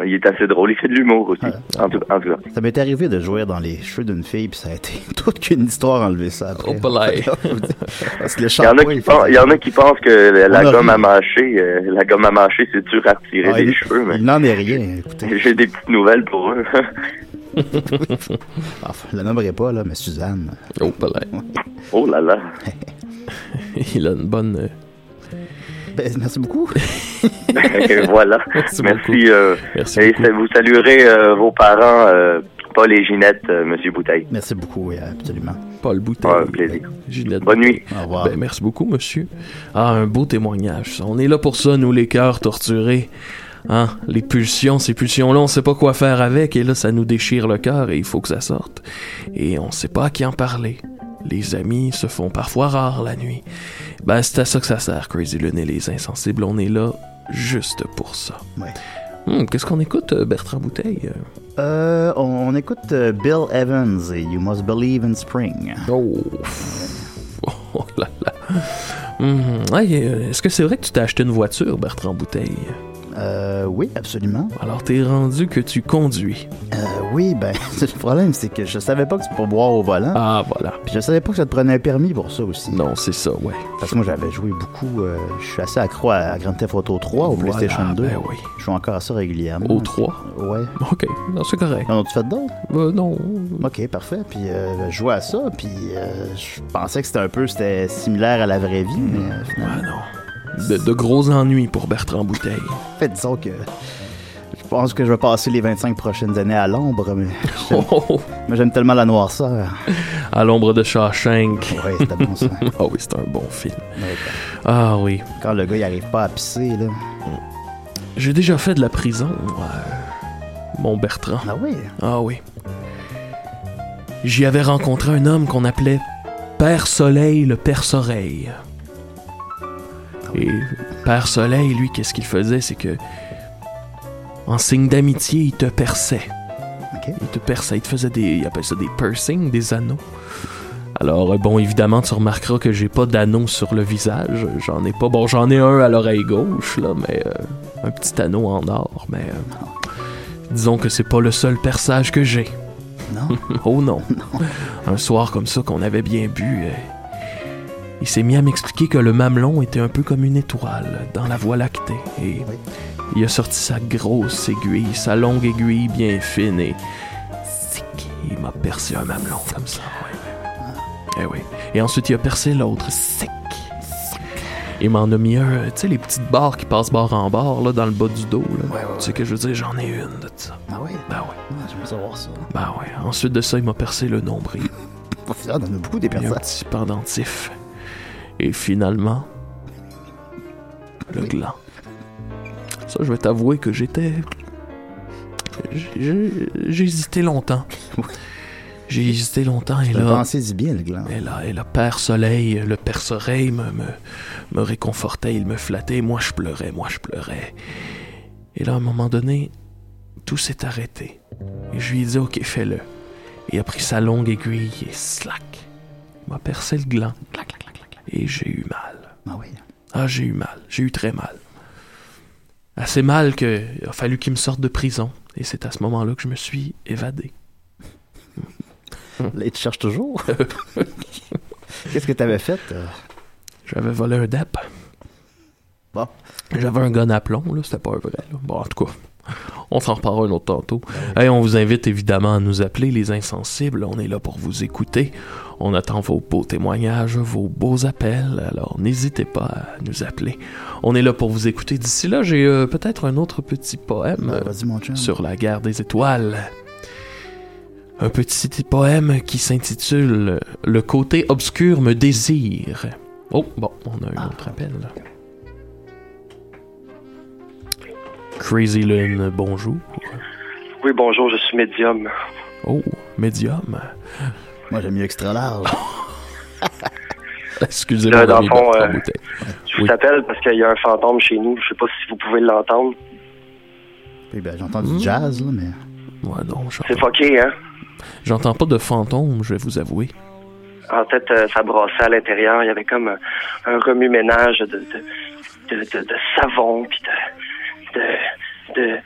Speaker 8: il est assez drôle, il fait de l'humour
Speaker 6: Euh,
Speaker 8: aussi, en, tout, en tout cas.
Speaker 6: Ça m'est arrivé de jouer dans les cheveux d'une fille, puis ça a été toute qu'une histoire enlevée ça après.
Speaker 8: Oh, belay.
Speaker 6: Parce que le
Speaker 8: Il y, en a
Speaker 6: shampoing,
Speaker 8: qui
Speaker 6: il
Speaker 8: pensent, il y en a qui pensent que la, la
Speaker 6: On a
Speaker 8: gomme
Speaker 6: ri.
Speaker 8: à mâcher, euh, la gomme à mâcher, c'est dur à retirer
Speaker 6: Ah,
Speaker 8: des
Speaker 6: il-
Speaker 8: cheveux, mais
Speaker 6: il n'en est rien.
Speaker 8: j'ai des petites nouvelles pour eux.
Speaker 6: Enfin, je la nommerai pas, là, mais Suzanne.
Speaker 5: Oh, belay.
Speaker 8: oh là là.
Speaker 5: Il a une bonne. euh,
Speaker 6: Ben, merci beaucoup.
Speaker 8: voilà.
Speaker 6: Merci
Speaker 8: Merci. euh,
Speaker 5: Merci
Speaker 8: et ça- vous saluerez euh, vos parents, euh, Paul et Ginette, euh, Monsieur Bouteille.
Speaker 6: Merci beaucoup, oui, absolument.
Speaker 5: Paul Bouteille.
Speaker 8: oh, Un plaisir.
Speaker 5: Ginette.
Speaker 8: Bonne nuit.
Speaker 6: Au revoir.
Speaker 5: Ben, merci beaucoup, monsieur. Ah, un beau témoignage. ça. On est là pour ça, nous, les cœurs torturés. Hein? Les pulsions, ces pulsions-là, on sait pas quoi faire avec, et là, ça nous déchire le cœur, et il faut que ça sorte. Et on sait pas à qui en parler. Les amis se font parfois rares la nuit. Ben, c'est à ça que ça sert, Crazy Lune et les insensibles. On est là juste pour ça.
Speaker 6: Ouais.
Speaker 5: Hum, Qu'est-ce qu'on écoute, euh, Bertrand Bouteille? euh?
Speaker 6: Euh, on, on écoute euh, Bill Evans et You Must Believe in Spring.
Speaker 5: Oh, Oh là là. Hum, ouais, euh, Est-ce que c'est vrai que tu t'es acheté une voiture, Bertrand Bouteille?
Speaker 6: Euh, oui, absolument.
Speaker 5: Alors, t'es rendu que tu conduis.
Speaker 6: Euh, oui, ben, le problème, c'est que je savais pas que c'est pour boire au volant.
Speaker 5: Ah, voilà.
Speaker 6: Puis je savais pas que ça te prenait un permis pour ça aussi.
Speaker 5: Non, c'est ça, ouais.
Speaker 6: Parce que moi, j'avais joué beaucoup. euh, je suis assez accro à, à Grand Theft Auto 3 au
Speaker 5: Voilà,
Speaker 6: PlayStation 2.
Speaker 5: ben oui. Hmm.
Speaker 6: Je joue encore à ça régulièrement.
Speaker 5: Au 3.
Speaker 6: Ouais.
Speaker 5: OK. Non, c'est correct.
Speaker 6: Non, tu fais d'autres?
Speaker 5: Euh, non.
Speaker 6: Ok, parfait. Puis euh, ben, je jouais à ça, puis euh, je pensais que c'était un peu c'était similaire à la vraie vie, mais euh,
Speaker 5: Ah,
Speaker 6: finalement.
Speaker 5: De, de gros ennuis pour Bertrand Bouteille.
Speaker 6: En fait, disons que je pense que je vais passer les 25 prochaines années à l'ombre, mais
Speaker 5: Oh,
Speaker 6: j'aime- mais j'aime tellement la noirceur.
Speaker 5: À l'ombre de Shawshank.
Speaker 6: Ouais, c'était bon ça.
Speaker 5: Ah oui, c'est un bon film. Ah oui.
Speaker 6: Quand le gars il arrive pas à pisser, là.
Speaker 5: J'ai déjà fait de la prison, moi, euh, mon Bertrand.
Speaker 6: Ah oui?
Speaker 5: Ah oui. J'y avais rencontré un homme qu'on appelait Père Soleil le Perce-Oreille. Et Père Soleil, lui, qu'est-ce qu'il faisait C'est que, en signe d'amitié, il te perçait.
Speaker 6: Ok.
Speaker 5: Il te perçait, il te faisait des. Il appelle ça des piercings, des anneaux. Alors, euh, bon, évidemment, tu remarqueras que j'ai pas d'anneau sur le visage. J'en ai pas. Bon, j'en ai un à l'oreille gauche, là, mais euh, un petit anneau en or, mais. euh, disons que c'est pas le seul perçage que j'ai.
Speaker 6: Non?
Speaker 5: oh non. Un soir comme ça, qu'on avait bien bu, euh, il s'est mis à m'expliquer que le mamelon était un peu comme une étoile dans la voie lactée. Et il a sorti sa grosse aiguille, sa longue aiguille bien fine et. Zic, Il m'a percé un mamelon comme ça. ouais, ouais, ouais. Eh oui. Et ensuite, il a percé l'autre. Zic. Il m'en a mis un, euh, tu sais, les petites barres qui passent barre en barre, là, dans le bas du dos, là. Tu sais que je veux dire, j'en ai une de ça.
Speaker 6: Ah oui?
Speaker 5: Ben oui.
Speaker 6: Ah, J'aimerais savoir ça.
Speaker 5: Ben ouais. Ensuite de ça, il m'a percé le nombril.
Speaker 6: Ah, on en a beaucoup des
Speaker 5: Il y a un
Speaker 6: personnes.
Speaker 5: petit pendentif. Et finalement, le gland. Ça, je vais t'avouer que j'étais. j'ai- j'ai- J'ai hésité longtemps. J'ai hésité longtemps et
Speaker 6: Je
Speaker 5: là.
Speaker 6: pensais du bien, le gland.
Speaker 5: Et là, et le père soleil, le père soleil me, me, me réconfortait, il me flattait, moi je pleurais, moi je pleurais. Et là, à un moment donné, tout s'est arrêté. Et je lui ai dit, ok, fais-le. Il a pris sa longue aiguille et slack, il m'a percé le gland. Et j'ai eu mal.
Speaker 6: Ah oui.
Speaker 5: Ah, j'ai eu mal, j'ai eu très mal. Assez mal qu'il a fallu qu'il me sorte de prison. Et c'est à ce moment-là que je me suis évadé. Hmm.
Speaker 6: Là, il te cherche toujours. Qu'est-ce que t'avais fait? euh?
Speaker 5: J'avais volé un DEP.
Speaker 6: Bon.
Speaker 5: J'avais un gun à plomb, là, c'était pas vrai. là. Bon, en tout cas, on s'en reparlera un autre tantôt. Hey, on vous invite évidemment à nous appeler, les insensibles. On est là pour vous écouter. On attend vos beaux témoignages, vos beaux appels. Alors, n'hésitez pas à nous appeler. On est là pour vous écouter. D'ici là, j'ai euh, peut-être un autre petit poème
Speaker 6: Ben,
Speaker 5: euh,
Speaker 6: Vas-y, mon chum.
Speaker 5: sur la guerre des étoiles. Un petit poème qui s'intitule Le côté obscur me désire. Oh, bon, on a
Speaker 9: Ah.
Speaker 5: un autre appel. là. Crazy Lune, bonjour.
Speaker 9: Oui, bonjour, je suis médium.
Speaker 5: Oh, médium.
Speaker 6: Moi, j'aime mieux extra large.
Speaker 5: Excusez-moi.
Speaker 9: Là, dans
Speaker 5: Rémi
Speaker 9: le fond,
Speaker 5: Bertrand
Speaker 9: euh,
Speaker 5: Boutet.
Speaker 9: Je vous
Speaker 5: Oui.
Speaker 9: appelle parce qu'il y a un fantôme chez nous. Je sais pas si vous pouvez l'entendre.
Speaker 6: Puis, ben, J'entends
Speaker 5: Hmm.
Speaker 6: du jazz, là, mais.
Speaker 5: Ouais, non, j'en-
Speaker 9: C'est fucké, hein?
Speaker 5: j'entends pas de fantôme, je vais vous avouer.
Speaker 9: En fait, euh, ça brassait à l'intérieur. Il y avait comme un, un remue-ménage de, de, de, de, de savon, puis de, de, de,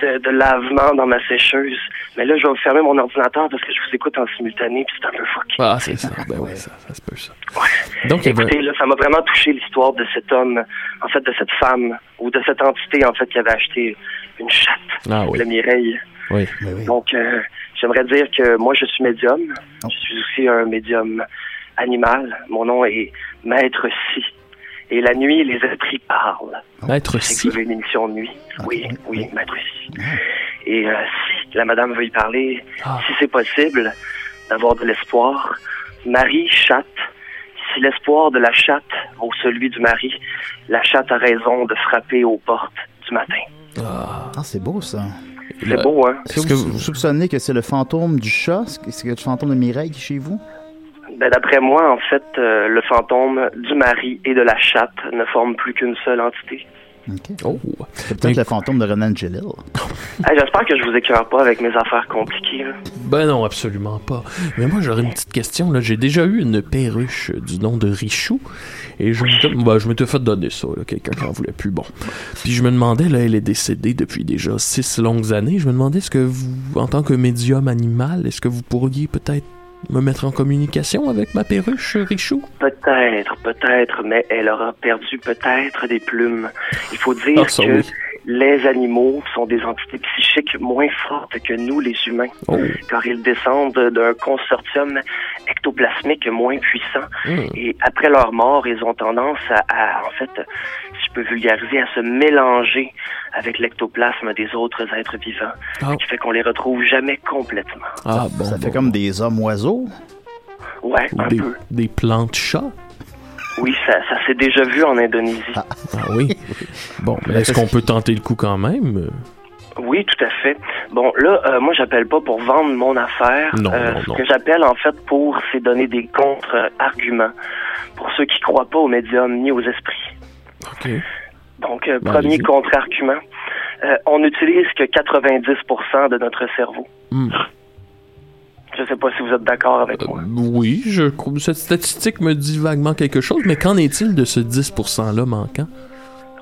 Speaker 9: de- de lavement dans ma sécheuse. Mais là, je vais fermer mon ordinateur parce que je vous écoute en simultané, puis c'est un peu fucké.
Speaker 5: Ah, c'est ça. Ben oui, ça, ça se peut, ça. Donc, il y
Speaker 9: Écoutez,
Speaker 5: avait.
Speaker 9: là, ça m'a vraiment touché l'histoire de cet homme, en fait, de cette femme, ou de cette entité, en fait, qui avait acheté une chatte,
Speaker 5: Ah oui.
Speaker 9: le Mireille.
Speaker 5: Oui.
Speaker 9: Donc, euh, j'aimerais dire que moi, je suis médium. Je suis aussi un médium animal. Mon nom est Maître Si. Et la nuit, les esprits parlent.
Speaker 5: Maître
Speaker 9: Je sais que
Speaker 5: Si.
Speaker 9: Vous avez une émission de nuit. Oui, oui, Maître Si. Et euh, si la madame veut y parler, si c'est possible d'avoir de l'espoir, Marie chatte. Si l'espoir de la chatte vaut celui du mari, la chatte a raison de frapper aux portes du matin.
Speaker 6: Ah, c'est beau, ça.
Speaker 9: C'est beau, hein?
Speaker 6: Est-ce que vous, vous soupçonnez que c'est le fantôme du chat? Est-ce que C'est le fantôme de Mireille qui est chez vous?
Speaker 9: Ben, D'après moi, en fait, euh, le fantôme du mari et de la chatte ne forment plus qu'une seule entité.
Speaker 6: OK.
Speaker 5: Oh!
Speaker 6: C'est peut-être le fantôme de Renan Gelil.
Speaker 9: Hey, J'espère que je vous écœure pas avec mes affaires compliquées. là.
Speaker 5: Ben non, absolument pas. Mais moi, j'aurais une petite question. Là. J'ai déjà eu une perruche euh, du nom de Richou. Et je, me ben, je m'étais fait donner ça. là. Quelqu'un qui en voulait plus. Bon. Puis je me demandais, là, elle est décédée depuis déjà six longues années. Je me demandais, est-ce que vous, en tant que médium animal, est-ce que vous pourriez peut-être me mettre en communication avec ma perruche euh, Richou?
Speaker 9: Peut-être, peut-être, mais elle aura perdu peut-être des plumes. Il faut dire
Speaker 5: Ah, ça,
Speaker 9: que
Speaker 5: oui.
Speaker 9: les animaux sont des entités psychiques moins fortes que nous, les humains,
Speaker 5: Oh.
Speaker 9: car ils descendent d'un consortium ectoplasmique moins puissant.
Speaker 4: Mm.
Speaker 9: Et après leur mort, ils ont tendance à, à, en fait, si je peux vulgariser, à se mélanger avec l'ectoplasme des autres êtres vivants,
Speaker 5: ce
Speaker 9: qui fait qu'on les retrouve jamais complètement.
Speaker 5: Ah, bon.
Speaker 6: Ça fait comme des hommes-oiseaux.
Speaker 9: Ouais,
Speaker 5: Ou
Speaker 9: un
Speaker 5: des,
Speaker 9: peu.
Speaker 5: des plantes chats?
Speaker 9: Oui, ça, ça s'est déjà vu en Indonésie.
Speaker 5: Ah oui. Bon,
Speaker 6: Ben,
Speaker 5: mais est-ce qu'on peut tenter le coup quand même?
Speaker 9: Oui, tout à fait. Bon, là, euh, moi, j'appelle pas pour vendre mon affaire.
Speaker 5: Non,
Speaker 9: Euh,
Speaker 5: non,
Speaker 9: ce
Speaker 5: non.
Speaker 9: que j'appelle, en fait, pour, c'est donner des contre-arguments pour ceux qui croient pas aux médiums ni aux esprits.
Speaker 5: OK.
Speaker 9: Donc, euh,
Speaker 5: Ben,
Speaker 9: premier
Speaker 5: allez-y.
Speaker 9: contre-argument, euh, on n'utilise que 90% de notre cerveau.
Speaker 5: Hmm.
Speaker 9: Je sais pas si vous êtes d'accord avec moi.
Speaker 5: Euh, Oui, je crois- cette statistique me dit vaguement quelque chose, mais qu'en est-il de ce 10%-là manquant?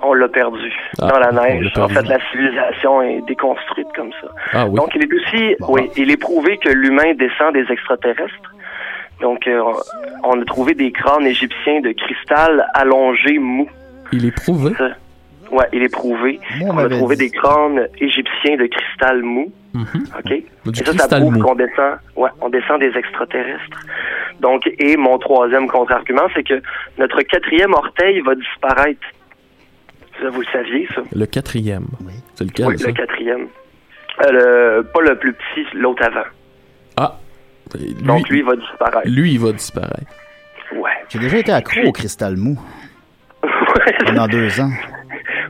Speaker 9: On l'a perdu
Speaker 5: Ah,
Speaker 9: dans la
Speaker 5: on l'a
Speaker 9: neige. En
Speaker 5: perdu.
Speaker 9: fait, la civilisation est déconstruite comme ça.
Speaker 5: Ah oui.
Speaker 9: Donc, il est aussi, oui, il est prouvé que l'humain descend des extraterrestres. Donc, euh, on a trouvé des crânes égyptiens de cristal allongé mou.
Speaker 5: Il est prouvé.
Speaker 9: Ça, Ouais, il est prouvé.
Speaker 5: Moi, on
Speaker 9: on a
Speaker 5: m'avait
Speaker 9: trouvé
Speaker 5: dit
Speaker 9: des crânes égyptiens de cristal mou.
Speaker 5: Mhm.
Speaker 9: OK?
Speaker 5: Du
Speaker 9: et ça, ça
Speaker 5: cristal
Speaker 9: prouve
Speaker 5: mou.
Speaker 9: qu'on descend, ouais, on descend des extraterrestres. Donc, et mon troisième contre-argument, c'est que notre quatrième orteil va disparaître. Ça, vous le saviez, ça?
Speaker 5: Le quatrième. C'est lequel,
Speaker 9: Oui,
Speaker 5: ça?
Speaker 9: le quatrième. Euh, le- pas le plus petit, l'autre avant.
Speaker 5: Ah! Lui,
Speaker 9: Donc, lui, il va disparaître.
Speaker 5: lui, il va disparaître.
Speaker 9: Ouais.
Speaker 6: J'ai déjà été accro au cristal mou. Pendant deux ans.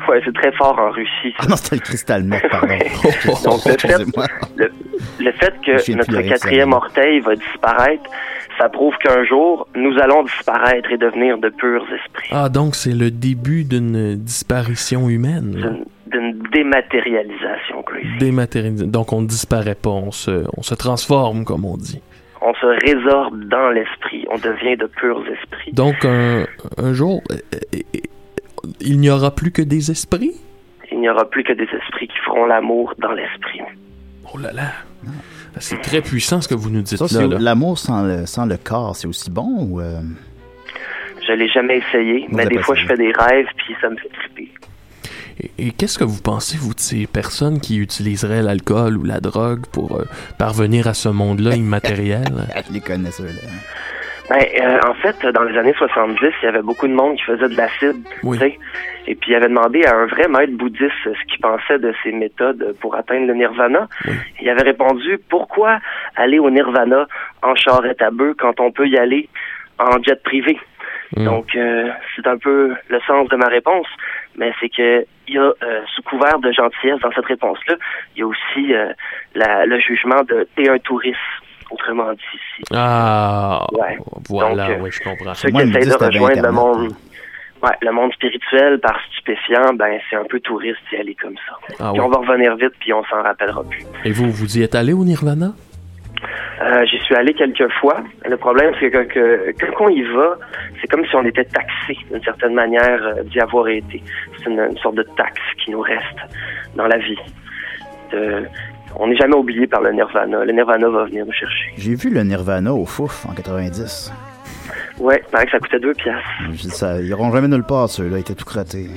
Speaker 9: Ouais, c'est très fort en Russie.
Speaker 6: Ah non, c'était le cristal mort, pardon.
Speaker 5: Oh,
Speaker 9: Donc, le fait,
Speaker 6: Excusez-moi.
Speaker 9: le, le fait
Speaker 6: Je
Speaker 9: que
Speaker 6: me
Speaker 9: notre
Speaker 6: souviens plus de ça.
Speaker 9: quatrième orteil va disparaître, ça prouve qu'un jour, nous allons disparaître et devenir de purs esprits,
Speaker 5: Ah, donc c'est le début d'une disparition humaine.
Speaker 9: d'une dématérialisation, Chris.
Speaker 5: Dématérialisée. Donc on ne disparaît pas, on se, on se transforme, comme on dit.
Speaker 9: On se résorbe dans l'esprit, on devient de purs esprits.
Speaker 5: Donc un, un jour, euh, euh, euh, il n'y aura plus que des esprits?
Speaker 9: Il n'y aura plus que des esprits qui feront l'amour dans l'esprit.
Speaker 5: Oh là là! Ah, C'est très puissant ce que vous nous dites
Speaker 6: Ça,
Speaker 5: là,
Speaker 6: c'est
Speaker 5: là.
Speaker 6: l'amour sans le, sans le corps, c'est aussi bon ou. euh,
Speaker 9: Je l'ai jamais essayé,
Speaker 6: Vous
Speaker 9: mais
Speaker 6: l'avez
Speaker 9: des
Speaker 6: pas
Speaker 9: fois, je fais des rêves, puis ça me fait triper.
Speaker 5: Et, et qu'est-ce que vous pensez, vous, de ces personnes qui utiliseraient l'alcool ou la drogue pour euh, parvenir à ce monde-là immatériel?
Speaker 6: Je les connais, ceux-là.
Speaker 9: Ben, euh, en fait, dans les années 70, il y avait beaucoup de monde qui faisait de l'acide, tu sais. Et puis, il avait demandé à un vrai maître bouddhiste ce qu'il pensait de ces méthodes pour atteindre le nirvana. Il avait répondu, pourquoi aller au nirvana en charrette à bœuf quand on peut y aller en jet privé? Donc, euh, c'est un peu le sens de ma réponse, mais c'est que il y a, euh, sous couvert de gentillesse dans cette réponse-là, il y a aussi euh, la- le jugement de « t'es un touriste ». autrement dit ici.
Speaker 5: Ah,
Speaker 9: Ouais.
Speaker 5: voilà,
Speaker 9: Donc, euh,
Speaker 5: oui, je comprends.
Speaker 9: Ceux qui essayent de rejoindre le monde, ouais, le monde spirituel par stupéfiant, ben c'est un peu touriste d'y aller comme ça.
Speaker 5: Ah
Speaker 9: puis
Speaker 5: ouais.
Speaker 9: on va revenir vite, puis on s'en rappellera plus.
Speaker 5: Et vous, vous y êtes allé au Nirvana?
Speaker 9: Euh, J'y suis allé quelques fois. Le problème, c'est que, que- que quand on y va, c'est comme si on était taxé d'une certaine manière euh, d'y avoir été. C'est une, une sorte de taxe qui nous reste dans la vie. De- on n'est jamais oublié par le Nirvana. Le Nirvana va venir nous chercher.
Speaker 6: J'ai vu le Nirvana au Fouf en 90.
Speaker 9: Ouais, il paraît que ça coûtait deux piastres.
Speaker 6: Je dis ça, ils iront jamais nulle part, ceux-là. Ils étaient tout crottés.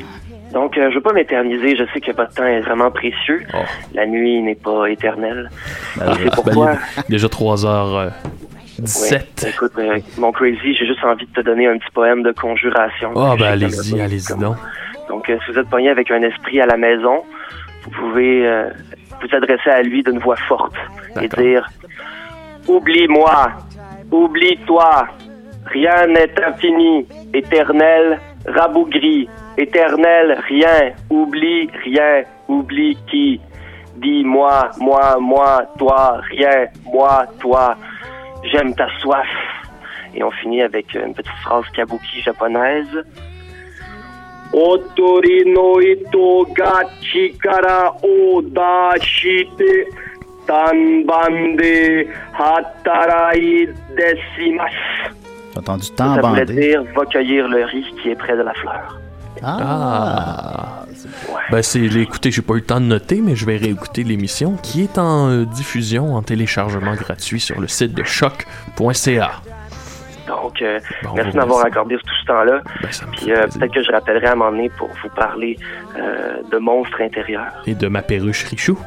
Speaker 9: Donc, euh, je veux pas m'éterniser. Je sais que votre temps est vraiment précieux.
Speaker 5: Oh,
Speaker 9: La nuit n'est pas éternelle.
Speaker 5: Ah,
Speaker 9: Et c'est
Speaker 5: ben,
Speaker 9: pourquoi...
Speaker 5: il est déjà euh, 3h17.
Speaker 9: Ouais, écoute, euh, mon crazy, j'ai juste envie de te donner un petit poème de conjuration.
Speaker 5: Ah, ben
Speaker 9: Je sais
Speaker 5: allez-y,
Speaker 9: comme-
Speaker 5: allez-y donc.
Speaker 9: Donc, euh, si vous êtes pogné avec un esprit à la maison, vous pouvez euh, vous adresser à lui d'une voix forte et dire Oublie-moi, oublie-toi, rien n'est infini, éternel, rabougri, éternel, rien, oublie, rien, oublie qui Dis-moi, moi, moi, toi, rien, moi, toi, j'aime ta soif. Et on finit avec une petite phrase kabuki japonaise.
Speaker 10: Otori no ito ga chikara o dashite tanban de hatarai desimasu.
Speaker 6: J'ai entendu
Speaker 9: Ça
Speaker 6: tant
Speaker 9: voulait
Speaker 6: bandé.
Speaker 9: dire va cueillir le riz qui est près de la fleur.
Speaker 5: Ah! Ben, c'est l'écouter, j'ai pas eu le temps de noter, mais je vais réécouter l'émission qui est en euh, diffusion, en téléchargement gratuit sur le site de choc.ca.
Speaker 9: Donc, euh,
Speaker 5: on
Speaker 9: merci
Speaker 5: vous
Speaker 9: d'avoir
Speaker 5: remercie.
Speaker 9: accordé tout ce temps-là.
Speaker 5: ben, ça me
Speaker 9: Puis euh, peut-être que je rappellerai à un moment donné pour vous parler euh, de monstres intérieurs.
Speaker 5: Et de ma perruche Richou.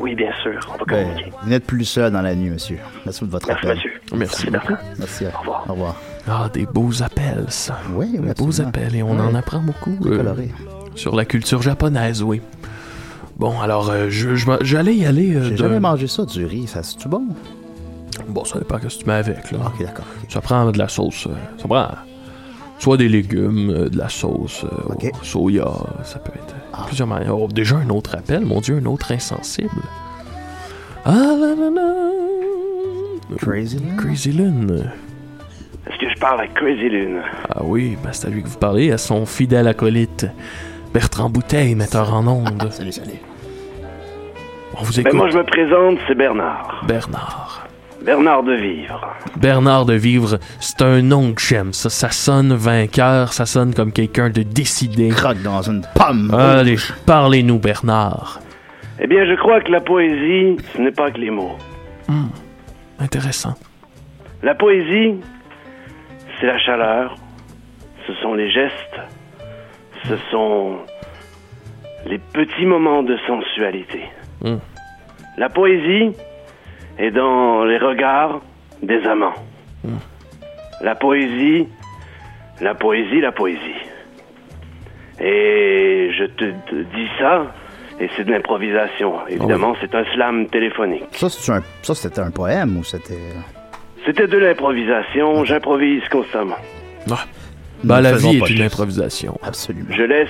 Speaker 9: Oui, bien sûr, on va
Speaker 6: Ben,
Speaker 9: communiquer.
Speaker 6: vous n'êtes plus seul dans la nuit, monsieur. Merci de votre
Speaker 9: Merci,
Speaker 6: appel.
Speaker 9: monsieur.
Speaker 5: Merci beaucoup.
Speaker 6: Merci. Au revoir.
Speaker 5: Ah, des beaux appels, ça.
Speaker 6: Oui, oui.
Speaker 5: Des beaux appels, et on en apprend beaucoup. euh, sur la culture japonaise, oui. Bon, alors, euh, je- je m'en- j'allais y aller. euh,
Speaker 6: J'ai
Speaker 5: de-
Speaker 6: jamais mangé ça, du riz. Ça, c'est-tu bon? Ah,
Speaker 5: Bon, ça dépend que ce que tu mets avec, là.
Speaker 6: Ok, d'accord.
Speaker 5: Ça prend de la sauce. euh, Ça prend soit des légumes, euh, de la sauce, euh, au soya, ça peut être
Speaker 6: Ah.
Speaker 5: euh, plusieurs manières. Oh, déjà un autre appel, mon Dieu, un autre insensible. Ah là là là!
Speaker 6: Crazy Lune.
Speaker 5: Crazy Lune.
Speaker 11: Est-ce que je parle avec Crazy Lune?
Speaker 5: Ah oui, ben c'est à lui que vous parlez, à son fidèle acolyte, Bertrand Bouteille, metteur en ondes.
Speaker 6: salut, salut.
Speaker 5: On vous
Speaker 11: Ben,
Speaker 5: écoute.
Speaker 11: moi, je me présente, c'est Bernard.
Speaker 5: Bernard.
Speaker 11: Bernard de Vivre.
Speaker 5: Bernard de Vivre, c'est un nom que j'aime. Ça, ça sonne vainqueur, ça sonne comme quelqu'un de décidé.
Speaker 6: Croque dans une pomme.
Speaker 5: Allez, parlez-nous, Bernard.
Speaker 11: Eh bien, je crois que la poésie, ce n'est pas que les mots.
Speaker 5: Hmm, Intéressant.
Speaker 11: La poésie, c'est la chaleur, ce sont les gestes, ce sont les petits moments de sensualité.
Speaker 5: Hmm.
Speaker 11: La poésie est dans les regards des amants.
Speaker 5: Mm.
Speaker 11: La poésie, la poésie, la poésie. Et je te te dis ça, et c'est de l'improvisation. Évidemment, c'est un slam téléphonique.
Speaker 6: Ça, c'est un- ça, c'était un poème ou c'était. euh,
Speaker 11: C'était de l'improvisation, j'improvise constamment.
Speaker 5: Ben,
Speaker 6: Nous
Speaker 5: la
Speaker 6: faisons
Speaker 5: vie
Speaker 6: pas
Speaker 5: est une
Speaker 6: de-
Speaker 5: improvisation.
Speaker 6: Absolument.
Speaker 11: Je laisse,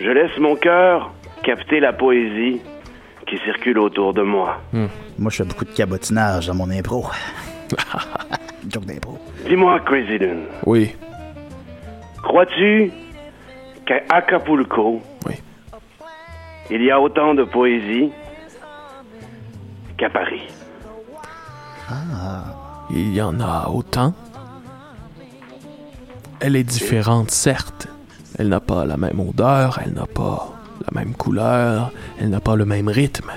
Speaker 11: je laisse mon cœur capter la poésie qui circule autour de moi.
Speaker 6: Moi, je fais beaucoup de cabotinage dans mon impro. Joke d'impro.
Speaker 11: Dis-moi, Crazy Lune,
Speaker 5: Oui.
Speaker 11: crois-tu qu'à Acapulco, il y a autant de poésie qu'à Paris?
Speaker 5: Il y en a autant. Elle est différente, certes. Elle n'a pas la même odeur, elle n'a pas la même couleur, elle n'a pas le même rythme.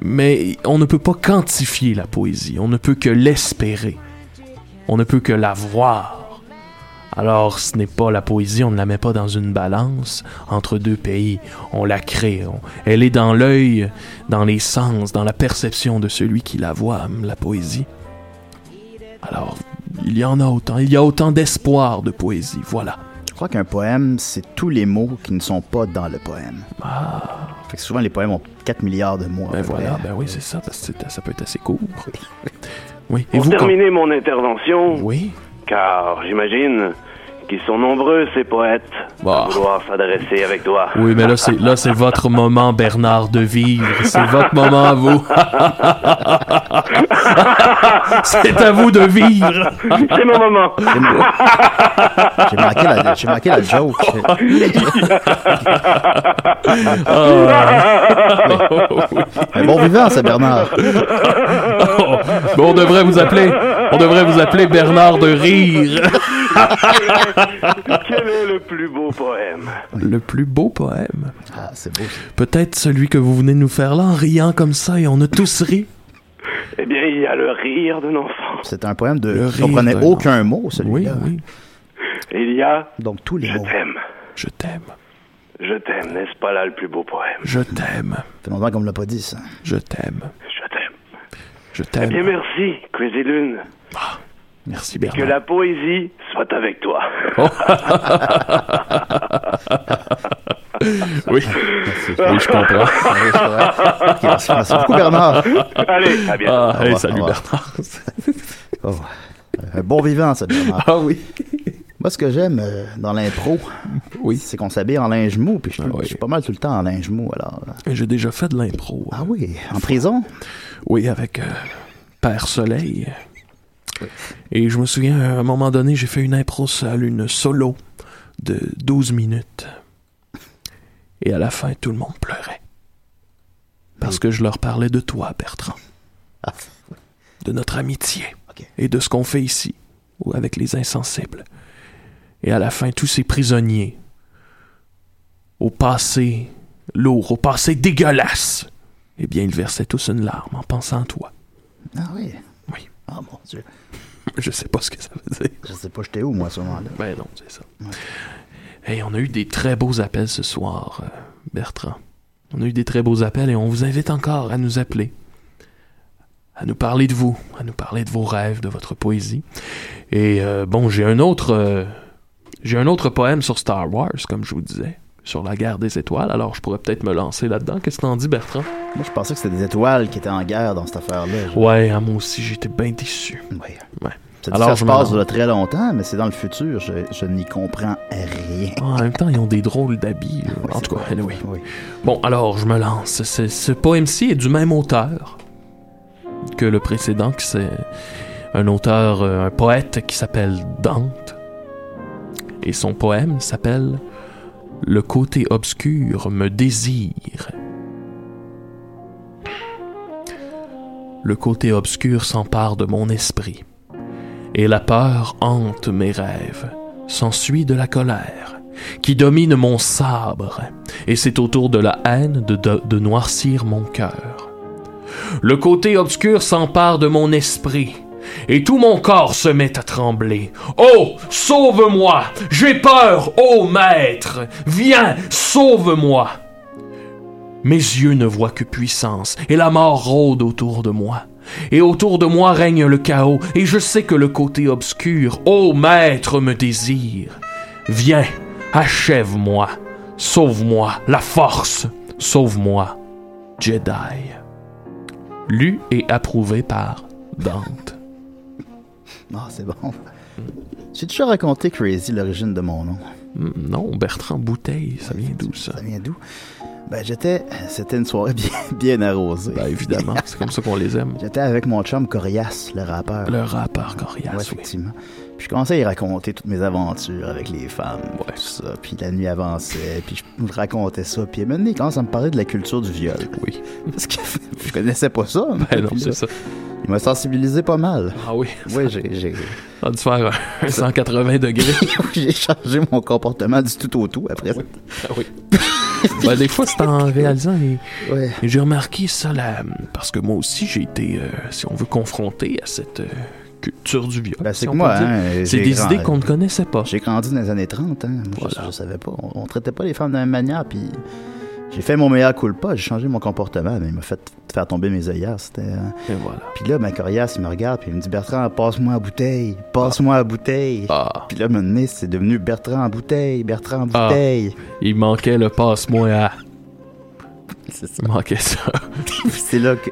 Speaker 5: Mais on ne peut pas quantifier la poésie, on ne peut que l'espérer, on ne peut que la voir. Alors ce n'est pas la poésie, on ne la met pas dans une balance entre deux pays, on la crée, on- elle est dans l'œil, dans les sens, dans la perception de celui qui la voit, hum, la poésie. Alors, il y en a autant, il y a autant d'espoir de poésie, voilà.
Speaker 6: Je crois qu'un poème, c'est tous les mots qui ne sont pas dans le poème. Fait que souvent, les poèmes ont 4 milliards de mots. à
Speaker 5: Ah. Ben
Speaker 6: peu
Speaker 5: voilà,
Speaker 6: près.
Speaker 5: ben oui, c'est ça, parce que c'est- ça peut être assez court. Oui, et
Speaker 11: Pour
Speaker 5: vous, quand-
Speaker 11: terminer mon intervention,
Speaker 5: Oui.
Speaker 11: car j'imagine qui sont nombreux, ces poètes,
Speaker 5: Bah.
Speaker 11: à vouloir s'adresser avec toi.
Speaker 5: Oui, mais là, c'est, là, c'est votre moment, Bernard, de vivre. C'est votre moment à vous. c'est à vous de vivre.
Speaker 11: C'est mon moment.
Speaker 6: J'ai manqué la, j'ai manqué la joke.
Speaker 5: Ah.
Speaker 6: Un bon vivant, c'est Bernard.
Speaker 5: Oh, bon, on devrait vous appeler, on devrait vous appeler Bernard de rire.
Speaker 11: Quel est le plus beau poème
Speaker 5: Le plus beau poème.
Speaker 6: Ah, c'est beau.
Speaker 5: Peut-être celui que vous venez de nous faire là en riant comme ça et on a tous ri.
Speaker 11: Eh bien, il y a le rire d'un enfant.
Speaker 6: C'est un poème de. Je
Speaker 5: rire
Speaker 6: comprenais
Speaker 5: d'un
Speaker 6: aucun mot, celui-là.
Speaker 11: Il y a
Speaker 6: Donc tous les
Speaker 11: Je
Speaker 6: mots.
Speaker 11: t'aime.
Speaker 5: Je t'aime.
Speaker 11: Je t'aime, n'est-ce pas là le plus beau poème
Speaker 5: Je t'aime.
Speaker 6: Ça fait longtemps qu'on me l'a pas dit, ça.
Speaker 5: Je t'aime.
Speaker 11: Je
Speaker 5: Je
Speaker 11: t'aime. Eh bien,
Speaker 5: t'aime.
Speaker 11: merci, Crazy Lune.
Speaker 5: Merci,
Speaker 11: Et que
Speaker 5: Bernard.
Speaker 11: la poésie soit avec toi.
Speaker 5: Oh. oui. Oui, je comprends.
Speaker 6: Ok, merci, merci beaucoup, Bernard.
Speaker 11: Allez, à bientôt.
Speaker 5: Ah,
Speaker 6: Au
Speaker 5: hey,
Speaker 6: revoir,
Speaker 5: salut,
Speaker 6: au revoir.
Speaker 5: Bernard.
Speaker 6: Oh. Un bon vivant, ça, Bernard.
Speaker 5: Ah oui.
Speaker 6: Moi, ce que j'aime euh, dans l'impro, c'est qu'on s'habille en linge mou, puis je,
Speaker 5: Ah
Speaker 6: suis tout- je suis pas mal tout le temps en linge mou, alors. là.
Speaker 5: J'ai déjà fait de l'impro.
Speaker 6: Ah oui, en prison?
Speaker 5: Oui, avec euh, Père Soleil. Et je me souviens, à un moment donné, j'ai fait une impro seule, une solo de 12 minutes. Et à la fin, tout le monde pleurait. Parce que je leur parlais de toi, Bertrand.
Speaker 6: Ah,
Speaker 5: De notre amitié. Et de ce qu'on fait ici, ou avec les insensibles. Et à la fin, tous ces prisonniers, au passé lourd, au passé dégueulasse, eh bien, ils versaient tous une larme en pensant à toi.
Speaker 6: Ah oui.
Speaker 5: Oui.
Speaker 6: Ah mon Dieu.
Speaker 5: Je sais pas ce que ça veut dire.
Speaker 6: Je sais pas, j'étais où, moi, à ce moment-là?
Speaker 5: Ben non, c'est ça. Hey, on a eu des très beaux appels ce soir, euh, Bertrand. On a eu des très beaux appels et on vous invite encore à nous appeler. À nous parler de vous, à nous parler de vos rêves, de votre poésie. Et euh, bon, j'ai un autre. euh, j'ai un autre poème sur Star Wars, comme je vous disais, sur la guerre des étoiles, alors je pourrais peut-être me lancer là-dedans. Qu'est-ce que t'en dis, Bertrand?
Speaker 6: Moi, je pensais que c'était des étoiles qui étaient en guerre dans cette affaire-là.
Speaker 5: Ouais, à moi aussi, j'étais bien déçu.
Speaker 6: Ouais.
Speaker 5: Ouais.
Speaker 6: Alors, ça se
Speaker 5: me
Speaker 6: passe
Speaker 5: lance.
Speaker 6: de très longtemps, mais c'est dans le futur. Je, je n'y comprends rien.
Speaker 5: Ah, en même temps, ils ont des drôles d'habits. là. en tout cas, anyway. Bon, alors, je me lance. Ce, ce poème-ci est du même auteur que le précédent, qui c'est un auteur, euh, un poète qui s'appelle Dante. Et son poème s'appelle Le côté obscur me désire. Le côté obscur s'empare de mon esprit, et la peur hante mes rêves. S'ensuit de la colère, qui domine mon sabre, et c'est autour de la haine de, de- de noircir mon cœur. Le côté obscur s'empare de mon esprit, et tout mon corps se met à trembler. Oh, sauve-moi! J'ai peur, ô maître! Viens, sauve-moi! Mes yeux ne voient que puissance, et la mort rôde autour de moi. Et autour de moi règne le chaos, et je sais que le côté obscur, ô maître, me désire. Viens, achève-moi, sauve-moi, la force, sauve-moi, Jedi. Lu et approuvé par Dante.
Speaker 6: Ah, c'est bon. J'ai déjà raconté Crazy, l'origine de mon nom.
Speaker 5: Hmm, Non, Bertrand Bouteille, ça vient d'où ça?
Speaker 6: Ça vient d'où? Ben, j'étais. C'était une soirée bien, bien arrosée.
Speaker 5: Ben, évidemment, c'est comme ça qu'on les aime.
Speaker 6: J'étais avec mon chum Corias, le rappeur.
Speaker 5: Le rappeur Corias,
Speaker 6: Ouais,
Speaker 5: oui.
Speaker 6: effectivement. Puis je commençais à y raconter toutes mes aventures avec les femmes, tout ça. Puis la nuit avançait, puis je me racontais ça. Puis à un moment donné, il commence à me parler de la culture du viol.
Speaker 5: Oui.
Speaker 6: Parce que je connaissais pas ça.
Speaker 5: Ben non,
Speaker 6: Puis là,
Speaker 5: c'est ça.
Speaker 6: Il m'a sensibilisé pas mal.
Speaker 5: Ah oui?
Speaker 6: Oui, j'ai- j'ai...
Speaker 5: On a dû faire un 180 degrés.
Speaker 6: j'ai changé mon comportement du tout au tout après.
Speaker 5: Ah oui. Ben, des fois, c'est en réalisant. Et,
Speaker 6: Ouais.
Speaker 5: et j'ai remarqué ça, là, parce que moi aussi, j'ai été, euh, si on veut, confronté à cette euh, culture du viol.
Speaker 6: Ben, c'est
Speaker 5: si
Speaker 6: que
Speaker 5: on
Speaker 6: moi,
Speaker 5: peut dire.
Speaker 6: hein,
Speaker 5: c'est
Speaker 6: j'ai
Speaker 5: des
Speaker 6: grandi-
Speaker 5: idées qu'on ne connaissait pas.
Speaker 6: J'ai grandi dans les années 30, hein. Moi, je- je, savais pas. On, on traitait pas les femmes de la même manière, puis j'ai fait mon meilleur culpa, j'ai changé mon comportement, mais il m'a fait faire tomber mes œillères. C'était. euh,
Speaker 5: Et voilà.
Speaker 6: Puis là, ma coriace, il me regarde, puis il me dit Bertrand, passe-moi la bouteille, passe-moi la bouteille. Puis là, à un moment donné, c'est devenu Bertrand en bouteille, Bertrand en
Speaker 5: Ah,
Speaker 6: bouteille.
Speaker 5: il manquait le passe-moi à. Il manquait ça.
Speaker 6: c'est là que.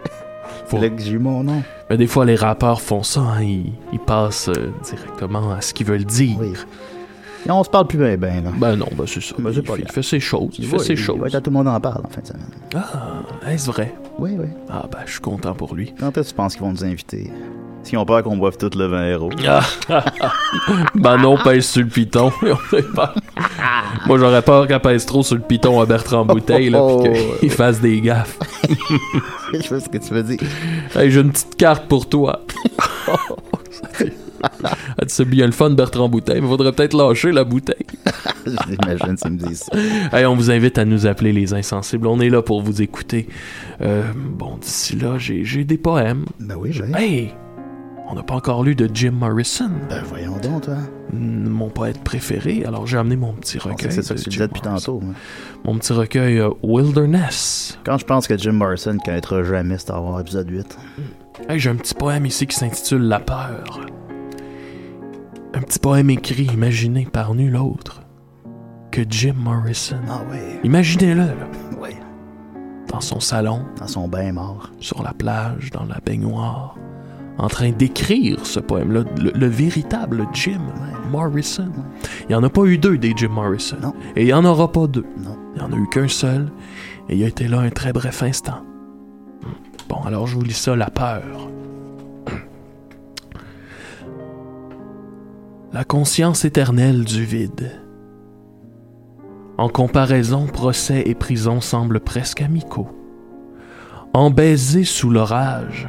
Speaker 5: Faut-
Speaker 6: C'est là que j'ai eu mon nom.
Speaker 5: Mais des fois, les rappeurs font ça, hein, ils, ils passent euh, directement à ce qu'ils veulent dire.
Speaker 6: Et on se parle plus bien, ben, là.
Speaker 5: Ben non, ben c'est ça.
Speaker 6: Ben, c'est
Speaker 5: Il
Speaker 6: pas
Speaker 5: fait-
Speaker 6: grave.
Speaker 5: il fait ses choses, il fait ses choses.
Speaker 6: Ouais, tout le monde en parle en fin de semaine.
Speaker 5: Ah, est-ce vrai?
Speaker 6: Oui, oui.
Speaker 5: Ah, ben, je suis content pour lui.
Speaker 6: Quand est-ce que tu penses qu'ils vont nous inviter? S'ils ont peur qu'on boive tout le vin héros.
Speaker 5: Ah, ben non, pèse sur le piton. On est pas- Moi, j'aurais peur qu'elle pèse trop sur le piton à Bertrand Bouteille, là,
Speaker 6: Oh,
Speaker 5: puis qu'il fasse des gaffes.
Speaker 6: Je sais ce que tu veux dire.
Speaker 5: Hey, j'ai une petite carte pour toi. Ah, c'est bien le fun, Bertrand Bouteille, mais faudrait peut-être lâcher la bouteille.
Speaker 6: J'imagine, tu me dis ça.
Speaker 5: Hey, on vous invite à nous appeler les insensibles. On est là pour vous écouter. Euh, bon, d'ici là, j'ai j'ai des poèmes.
Speaker 6: Ben oui, ben.
Speaker 5: Hey! On n'a pas encore lu de Jim Morrison.
Speaker 6: Ben voyons donc, toi.
Speaker 5: Mon poète préféré. Alors j'ai amené mon petit
Speaker 6: pensait
Speaker 5: recueil.
Speaker 6: que c'est ça que
Speaker 5: de
Speaker 6: tu
Speaker 5: Jim
Speaker 6: disais depuis
Speaker 5: Morrison.
Speaker 6: tantôt, moi.
Speaker 5: Mon petit recueil euh, Wilderness.
Speaker 6: Quand je pense que Jim Morrison connaîtra jamais Star Wars épisode 8.
Speaker 5: Hey, j'ai un petit poème ici qui s'intitule La peur. Un petit poème écrit, imaginé par nul autre que Jim Morrison.
Speaker 6: Ah ouais.
Speaker 5: Imaginez-le, là.
Speaker 6: Ouais.
Speaker 5: Dans son salon.
Speaker 6: Dans son bain mort.
Speaker 5: Sur la plage, dans la baignoire. En train d'écrire ce poème-là, le, le véritable Jim Morrison. Il n'y en a pas eu deux des Jim Morrison. Et il n'y en aura pas deux. Il n'y en a eu qu'un seul. Et il a été là un très bref instant. Bon, alors je vous lis ça, la peur. La conscience éternelle du vide. En comparaison, procès et prison semblent presque amicaux. Embaisés sous l'orage,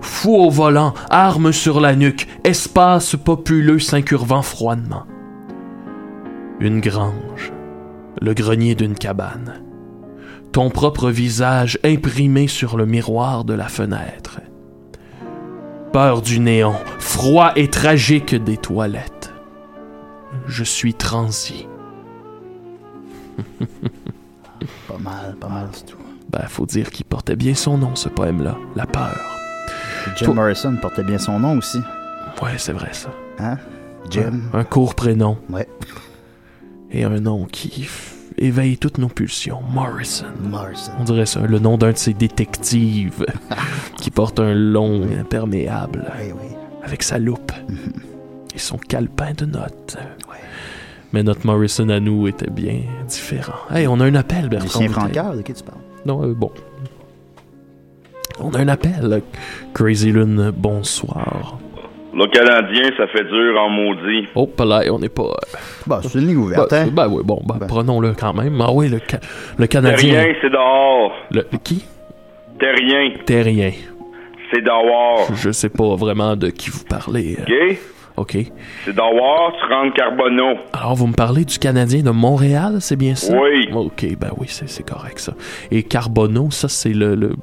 Speaker 5: fou au volant, armes sur la nuque, espace populeux s'incurvant froidement. Une grange, le grenier d'une cabane, ton propre visage imprimé sur le miroir de la fenêtre. Peur du néon, froid et tragique des toilettes. Je suis transi.
Speaker 6: Pas mal, pas mal c'est tout.
Speaker 5: Ben, faut dire qu'il portait bien son nom, ce poème-là, La peur.
Speaker 6: Jim
Speaker 5: Faut-
Speaker 6: Morrison portait bien son nom aussi.
Speaker 5: Ouais, c'est vrai, ça.
Speaker 6: Hein? Jim.
Speaker 5: Un, un court prénom.
Speaker 6: Ouais.
Speaker 5: Et un nom qui f- éveille toutes nos pulsions. Morrison.
Speaker 6: Morrison.
Speaker 5: On dirait ça, le nom d'un de ces détectives qui porte un long imperméable
Speaker 6: Ben
Speaker 5: avec sa loupe
Speaker 6: Mm-hmm.
Speaker 5: et son calepin de notes. Mais notre Morrison à nous était bien différent. Hey, on a un appel, Bertrand.
Speaker 6: Lucien
Speaker 5: Bouteille.
Speaker 6: Francaire, de qui tu parles?
Speaker 5: Non, euh, bon. On a un appel. Crazy Lune, bonsoir.
Speaker 12: Le Canadien, ça fait dur en maudit.
Speaker 5: Oh, pas là, on n'est pas.
Speaker 6: Bah, c'est une ligne
Speaker 5: ouverte, hein? Ben oui, bon, ben, prenons-le quand même. Ah oui, le, Ca- le Canadien.
Speaker 12: Terrien, c'est dehors.
Speaker 5: Le, le qui?
Speaker 12: Terrien,
Speaker 5: Terrien.
Speaker 12: c'est dehors.
Speaker 5: Je sais pas vraiment de qui vous parlez. euh.
Speaker 12: OK?
Speaker 5: OK.
Speaker 12: C'est dehors, tu rentres Carbonneau.
Speaker 5: Alors, vous me parlez du Canadien de Montréal, c'est bien ça?
Speaker 12: Oui.
Speaker 5: OK, ben oui, c'est c'est correct, ça. Et Carbonneau, ça, c'est le... le-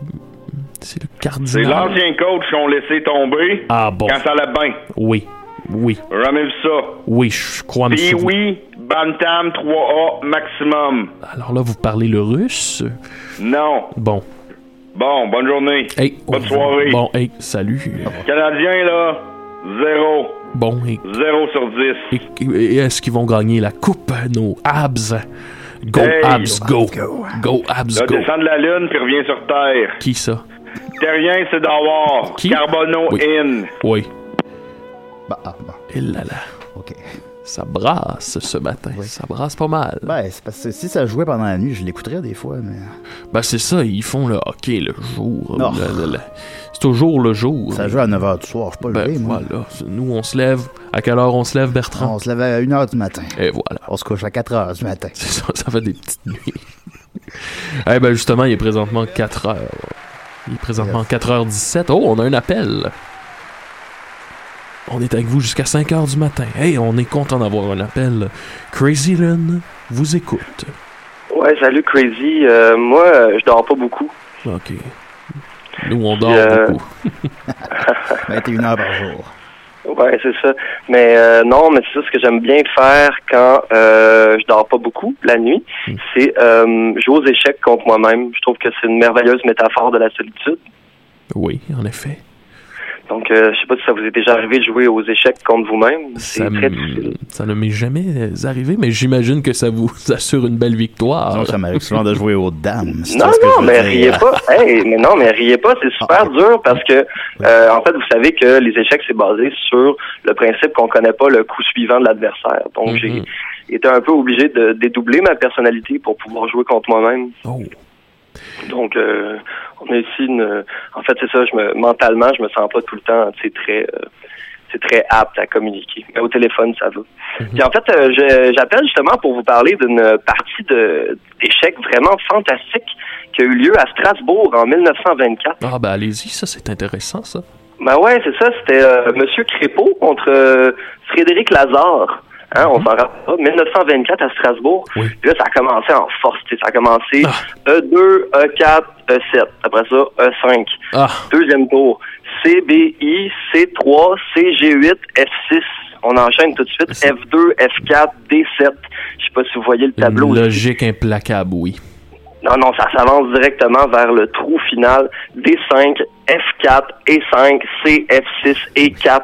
Speaker 5: c'est le
Speaker 12: C'est
Speaker 5: cardinal.
Speaker 12: l'ancien coach qu'on laissait tomber
Speaker 5: Ah bon.
Speaker 12: quand ça allait bien.
Speaker 5: Oui, oui,
Speaker 12: Jamais vu ça.
Speaker 5: oui, je crois me
Speaker 12: Puis
Speaker 5: souvenir.
Speaker 12: oui, Bantam 3A maximum.
Speaker 5: Alors là, vous parlez le russe?
Speaker 12: Non.
Speaker 5: Bon.
Speaker 12: Bon, bonne journée.
Speaker 5: Hey,
Speaker 12: bonne
Speaker 5: on-
Speaker 12: soirée.
Speaker 5: Bon, hey, salut.
Speaker 12: Canadien, là, zéro.
Speaker 5: Bon, et,
Speaker 12: Zéro sur dix.
Speaker 5: et- et est-ce qu'ils vont gagner la coupe, nos Habs? Go,
Speaker 12: Hey.
Speaker 5: Habs, go. Go, Habs,
Speaker 12: Là,
Speaker 5: go.
Speaker 12: descend de la lune puis reviens sur Terre.
Speaker 5: Qui, ça?
Speaker 12: Terrien, c'est d'avoir.
Speaker 5: Qui?
Speaker 12: Carbonneau
Speaker 5: Oui.
Speaker 12: in.
Speaker 5: Oui.
Speaker 6: Bah, ah, bah.
Speaker 5: Et là là.
Speaker 6: OK.
Speaker 5: Ça brasse ce matin. Ça brasse pas mal.
Speaker 6: Ben, c'est parce que si ça jouait pendant la nuit, je l'écouterais des fois, mais.
Speaker 5: Ben, c'est ça, ils font le hockey le jour.
Speaker 6: Oh.
Speaker 5: Le- le- le- C'est toujours le jour.
Speaker 6: Ça joue à 9h du soir, je suis pas
Speaker 5: Ben,
Speaker 6: levé, moi.
Speaker 5: voilà. Nous, on se lève. À quelle heure on se lève, Bertrand?
Speaker 6: On se lève à 1h du matin.
Speaker 5: Et voilà.
Speaker 6: On se couche à 4h du matin.
Speaker 5: C'est ça, ça fait des petites nuits. Eh ben, justement, il est présentement 4 heures. Il est présentement 4h17. Oh, on a un appel. On est avec vous jusqu'à 5h du matin. Hey, on est content d'avoir un appel. Crazy Lynn vous écoute.
Speaker 9: Ouais, salut Crazy. Euh, moi, euh, je dors pas beaucoup.
Speaker 5: OK. Nous, on dort
Speaker 9: Euh,
Speaker 5: beaucoup.
Speaker 6: 21h par jour.
Speaker 9: Ouais, c'est ça. Mais euh, non, mais c'est ça ce que j'aime bien faire quand euh, je dors pas beaucoup la nuit,
Speaker 8: Hmm.
Speaker 9: c'est euh, jouer aux échecs contre moi-même. Je trouve que c'est une merveilleuse métaphore de la solitude.
Speaker 5: Oui, en effet.
Speaker 9: Donc, euh, je sais pas si ça vous est déjà arrivé de jouer aux échecs contre vous-même. C'est
Speaker 5: Ça,
Speaker 9: très
Speaker 5: m-
Speaker 9: difficile.
Speaker 5: ça ne m'est jamais arrivé, mais j'imagine que ça vous assure une belle victoire.
Speaker 6: Non, ça m'arrive souvent de jouer aux dames.
Speaker 9: Ah. Non, non, mais riez pas. Hey, mais non, mais riez pas. C'est super dur parce que, euh, en fait, vous savez que les échecs, c'est basé sur le principe qu'on connaît pas le coup suivant de l'adversaire. Donc,
Speaker 5: Mhm. Mm-hmm.
Speaker 9: j'ai été un peu obligé de dédoubler ma personnalité pour pouvoir jouer contre moi-même. Donc, euh, on a ici une... En fait, c'est ça, je me... mentalement, je me sens pas tout le temps, tu sais, très... euh, c'est très apte à communiquer. Mais au téléphone, ça va. Puis en fait, euh, je- j'appelle justement pour vous parler d'une partie de- d'échecs euh, vraiment fantastique qui a eu lieu à Strasbourg en 1924.
Speaker 5: Ah, ben allez-y, ça c'est intéressant, ça.
Speaker 9: Ben ouais, c'est ça. C'était euh, Monsieur Crépeau contre euh, Frédéric Lazare. Hein,
Speaker 5: Mm-hmm.
Speaker 9: On s'en rappelle pas. 1924 à Strasbourg. Puis là, ça a commencé en force. tu sais, Ça a commencé
Speaker 5: Ah.
Speaker 9: E E2, E4, E7. E Après ça, E E5.
Speaker 5: Ah,
Speaker 9: Deuxième tour. CBI, C3, CG8, F6. On enchaîne tout de suite. F2, F4, D7. Je sais pas si vous voyez le tableau.
Speaker 5: Une logique implacable, oui.
Speaker 9: Non, non, ça s'avance directement vers le trou final D5, F4, E5, C, F6, E4.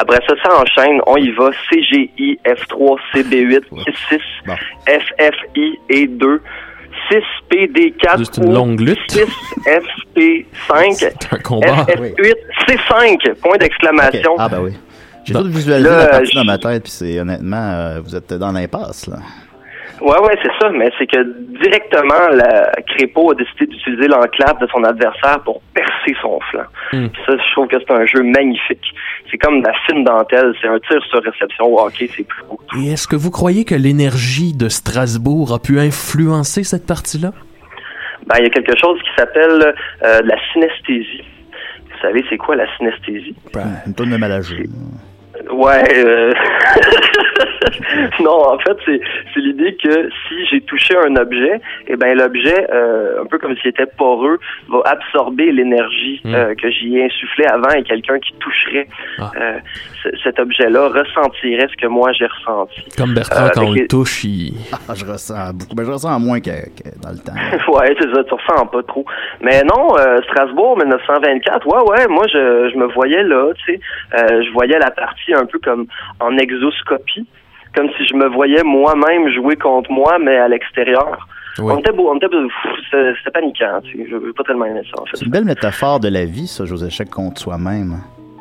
Speaker 9: Après ça, ça enchaîne. On y va. CGI, F3, CB8, E6, FFI, E2, 6, PD4,
Speaker 5: C'est une longue lutte.
Speaker 9: 6, FP5,
Speaker 5: Un combat.
Speaker 9: FF8, C5, point d'exclamation.
Speaker 6: Ah, ben oui. J'ai tout visualisé
Speaker 9: Là,
Speaker 6: la partie
Speaker 9: je-
Speaker 6: dans ma tête, puis c'est honnêtement, euh, vous êtes dans l'impasse, là.
Speaker 9: Ouais, ouais, c'est ça, mais c'est que directement, la Crépeau a décidé d'utiliser l'enclave de son adversaire pour percer son flanc.
Speaker 5: Hmm.
Speaker 9: Puis Ça, je trouve que c'est un jeu magnifique. C'est comme de la fine dentelle, c'est un tir sur réception au hockey, c'est plus beau.
Speaker 5: Et est-ce que vous croyez que l'énergie de Strasbourg a pu influencer cette partie-là?
Speaker 9: Ben, il y a quelque chose qui s'appelle euh, de la synesthésie. Vous savez, c'est quoi la synesthésie?
Speaker 6: Une tonne de mal à jouer.
Speaker 9: Ouais. euh, non, en fait, c'est c'est l'idée que si j'ai touché un objet, eh ben l'objet, euh, un peu comme s'il était poreux, va absorber l'énergie euh, que j'y ai insufflée avant et quelqu'un qui toucherait euh, ce- cet objet-là ressentirait ce que moi j'ai ressenti.
Speaker 5: Comme Bertrand,
Speaker 9: Euh,
Speaker 5: quand on
Speaker 9: avec
Speaker 5: le
Speaker 9: les-
Speaker 5: touche, il...
Speaker 6: Ah, je ressens beaucoup. Ben, je ressens moins que, que dans le temps.
Speaker 9: ouais, c'est ça, tu ressens pas trop. Mais non, euh, Strasbourg, 1924, ouais, ouais, moi, je, je me voyais là, tu sais. Euh, je voyais la partie un peu comme en exoscopie, comme si je me voyais moi-même jouer contre moi, mais à l'extérieur. On était beau, on était beau, pff, c'était c'était paniquant, tu sais. Je veux pas tellement aimer ça, en fait.
Speaker 6: C'est une belle métaphore de la vie, ça, José échecs contre soi-même.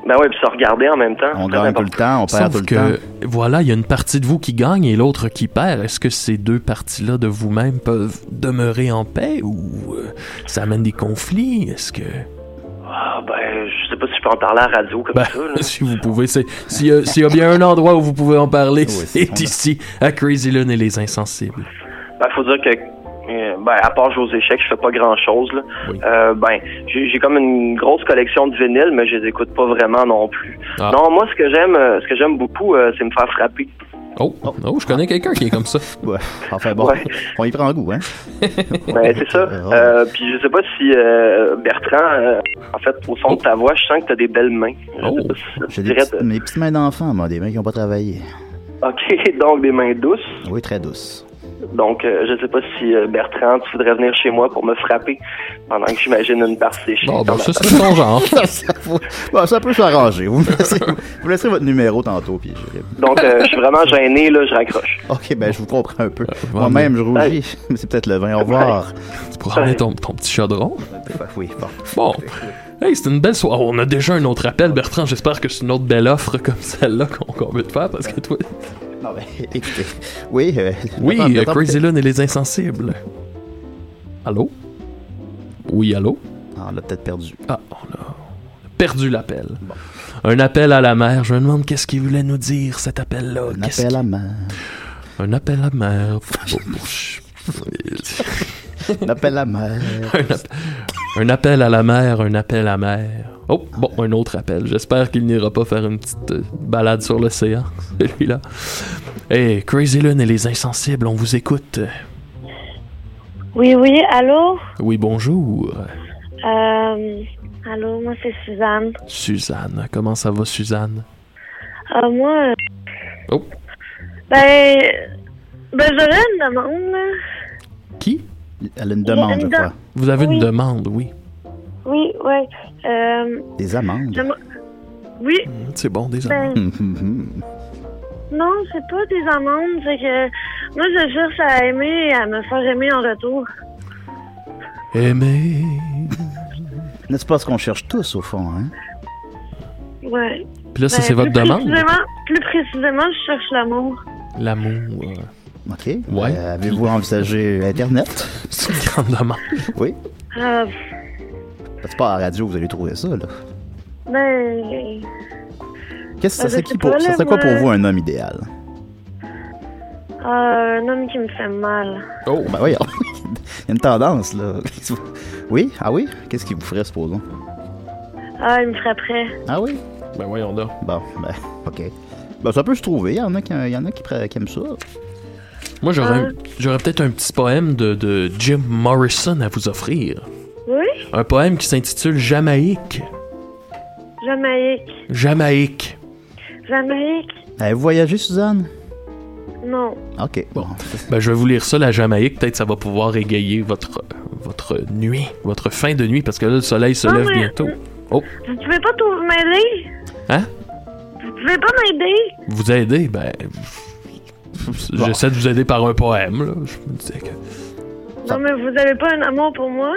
Speaker 9: Ben ouais, puis se regarder en même temps.
Speaker 6: On gagne tout le temps, on
Speaker 5: Sauf
Speaker 6: perd tout le
Speaker 5: que,
Speaker 6: temps.
Speaker 5: voilà, il y a une partie de vous qui gagne et l'autre qui perd. Est-ce que ces deux parties-là de vous-même peuvent demeurer en paix ou euh, ça amène des conflits? Est-ce que...
Speaker 9: Ah, ben, je sais pas si je peux en parler à la radio comme
Speaker 5: Ben,
Speaker 9: ça, là.
Speaker 5: si vous pouvez, c'est- s'il y, a- s'il y a bien un endroit où vous pouvez en parler, c'est ici, à Crazy Lune et les Insensibles.
Speaker 9: Ben, faut dire que, euh, ben, à part jouer aux échecs, je fais pas grand chose, là. Euh, ben, j'ai j'ai comme une grosse collection de vinyles, mais je les écoute pas vraiment non plus.
Speaker 5: Ah.
Speaker 9: Non, moi, ce que j'aime, euh, ce que j'aime beaucoup, euh, c'est me faire frapper.
Speaker 5: Oh, oh, je connais quelqu'un qui est comme ça.
Speaker 6: ouais, enfin bon, on y prend goût, hein?
Speaker 9: Ben, c'est ça. Euh, puis je sais pas si, euh, Bertrand, euh, en fait, au son de ta voix, je sens que t'as des belles mains. Je sais pas si ça te
Speaker 6: J'ai des
Speaker 9: dirait
Speaker 6: petites, mes petites mains d'enfant, moi, des mains qui n'ont pas travaillé.
Speaker 9: de- Ok, donc des mains douces.
Speaker 6: Oui, très douces.
Speaker 9: Donc, euh, je sais pas si, euh, Bertrand, tu voudrais venir chez moi pour me frapper pendant que j'imagine une partie d'échecs.
Speaker 6: Bon,
Speaker 9: dans
Speaker 6: ben,
Speaker 9: ma
Speaker 6: ça,
Speaker 9: tête.
Speaker 6: c'est ton genre. Bon, ça peut s'arranger. Vous, me laissez- vous laisserez votre numéro tantôt, puis j'irai.
Speaker 9: Donc, euh, je suis vraiment gêné, là, je raccroche.
Speaker 6: Ok, ben je vous comprends un peu. Moi-même, je rougis. Mais c'est peut-être le vin. Au revoir.
Speaker 5: Tu pourras ramener ton, ton petit chaudron.
Speaker 6: Oui, bon.
Speaker 5: Bon. Hey, c'est une belle soirée. On a déjà un autre appel, Bertrand. J'espère que c'est une autre belle offre comme celle-là qu'on qu'on veut te faire parce que toi.
Speaker 6: Non, ben, écoutez. Oui, euh,
Speaker 5: Oui,
Speaker 6: attends,
Speaker 5: euh,
Speaker 6: attends,
Speaker 5: Crazy
Speaker 6: peut-être-
Speaker 5: Lune et les Insensibles. Allô? Oui, allô?
Speaker 6: Ah, on l'a peut-être perdu.
Speaker 5: Ah, on a, on a perdu l'appel. Un appel à la mer. Je me demande qu'est-ce qu'il voulait nous dire, cet appel-là.
Speaker 6: Un
Speaker 5: Qu'est-ce
Speaker 6: appel à
Speaker 5: qu'il-
Speaker 6: mer.
Speaker 5: Un appel à mer.
Speaker 6: Un appel à mer.
Speaker 5: un, app- un appel à la mer, un appel à mer. Oh, bon, un autre appel. J'espère qu'il n'ira pas faire une petite euh, balade sur l'océan, celui-là. Hey, Crazy Lune et les Insensibles, on vous écoute.
Speaker 13: Oui, oui, allô?
Speaker 5: Oui, bonjour.
Speaker 13: Euh, allô, moi c'est Suzanne.
Speaker 5: Suzanne. Comment ça va, Suzanne?
Speaker 13: Euh, moi, euh,
Speaker 5: Oh,
Speaker 13: ben, ben j'aurais une demande. là.
Speaker 5: qui?
Speaker 6: Elle a une
Speaker 13: demande, je crois.
Speaker 5: Vous avez
Speaker 13: Oui.
Speaker 5: une demande, oui.
Speaker 13: Oui, oui. Euh,
Speaker 6: Des Hum, amandes.
Speaker 13: j'aimerais- Oui.
Speaker 5: C'est bon, des
Speaker 13: Ben-
Speaker 5: amandes.
Speaker 13: Non, c'est pas des amendes, c'est que moi je cherche à aimer et à me faire aimer en retour.
Speaker 5: Aimer.
Speaker 6: N'est-ce pas ce qu'on cherche tous, au fond, hein?
Speaker 13: Ouais. Euh,
Speaker 6: Puis là, ça, c'est votre
Speaker 13: plus
Speaker 6: demande?
Speaker 13: précisément- plus précisément, je cherche l'amour.
Speaker 5: L'amour. euh,
Speaker 6: OK. Ouais. Avez-vous envisagé Internet?
Speaker 5: C'est une grande demande.
Speaker 6: Oui.
Speaker 13: Euh,
Speaker 6: C'est pas à la radio, vous allez trouver ça, là.
Speaker 13: ben.
Speaker 6: Qu'est-ce que ça serait,
Speaker 13: Ben, je sais
Speaker 6: qui pour-
Speaker 13: pas,
Speaker 6: ça
Speaker 13: là,
Speaker 6: serait quoi pour
Speaker 13: moi.
Speaker 6: vous un homme idéal?
Speaker 13: Euh, un homme qui me fait mal.
Speaker 6: Oh! Ben voyons. Il y a une tendance, là. Oui? Ah oui? Qu'est-ce qui vous ferait, supposons?
Speaker 13: Ah, il me frapperait.
Speaker 6: Ah oui?
Speaker 5: Ben voyons là.
Speaker 6: Bon, ben, OK. Ben, ça peut se trouver. Il y en a qui, il y en a qui, pr- qui aiment ça.
Speaker 5: Moi, j'aurais,
Speaker 13: Ah.
Speaker 5: j'aurais peut-être un petit poème de, de Jim Morrison à vous offrir.
Speaker 13: Oui?
Speaker 5: Un poème qui s'intitule Jamaïque.
Speaker 13: Jamaïque.
Speaker 5: Jamaïque.
Speaker 13: Jamaïque?
Speaker 6: Avez-vous voyagé, Suzanne?
Speaker 13: Non.
Speaker 6: OK. Bon.
Speaker 5: Ben, je vais vous lire ça, la Jamaïque. Peut-être ça va pouvoir égayer votre, votre nuit, votre fin de nuit, parce que là, le soleil se
Speaker 13: Non,
Speaker 5: lève
Speaker 13: Ah, mais-
Speaker 5: bientôt. Oh,
Speaker 13: Vous pouvez pas tout m'aider?
Speaker 5: hein?
Speaker 13: Vous pouvez pas m'aider?
Speaker 5: Vous aider, ben. J'essaie de vous aider par un poème, là. Je me disais que.
Speaker 13: Non, mais vous avez pas un amour pour moi?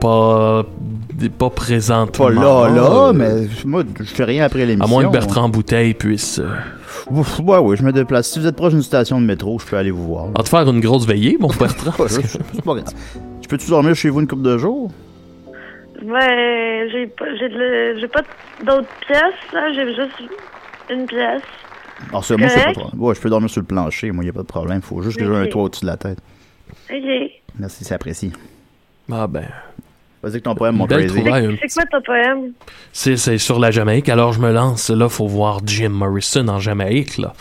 Speaker 5: Pas. Pas présentement.
Speaker 6: Pas là, là,
Speaker 5: Euh,
Speaker 6: mais hein. moi, je fais rien après l'émission.
Speaker 5: À moins que Bertrand Bouteille puisse. euh,
Speaker 6: Ouf, ouais, oui, je me déplace. Si vous êtes proche d'une station de métro, je peux aller vous voir.
Speaker 5: En te faire une grosse veillée, mon Bertrand.
Speaker 6: C'est pas grave. Je peux-tu dormir chez vous une couple de jours?
Speaker 13: Ben, j'ai pas, j'ai de le- j'ai pas d'autres pièces, là. J'ai juste une pièce.
Speaker 6: Alors, Ah, ça, moi, c'est pas
Speaker 13: Correct.
Speaker 6: trop- Ouais, je peux dormir sur le plancher. Moi, il n'y a pas de problème. faut juste que j'ai un
Speaker 13: Ok.
Speaker 6: toit au-dessus de la tête.
Speaker 13: Ok.
Speaker 6: Merci, c'est apprécié.
Speaker 5: Ah, ben.
Speaker 6: Vas-y que ton poème, mon
Speaker 5: Belle
Speaker 6: crazy.
Speaker 5: trouvaille, un
Speaker 13: C'est quoi ton poème?
Speaker 5: C'est, c'est sur la Jamaïque, alors je me lance. Là, faut voir Jim Morrison en Jamaïque, là.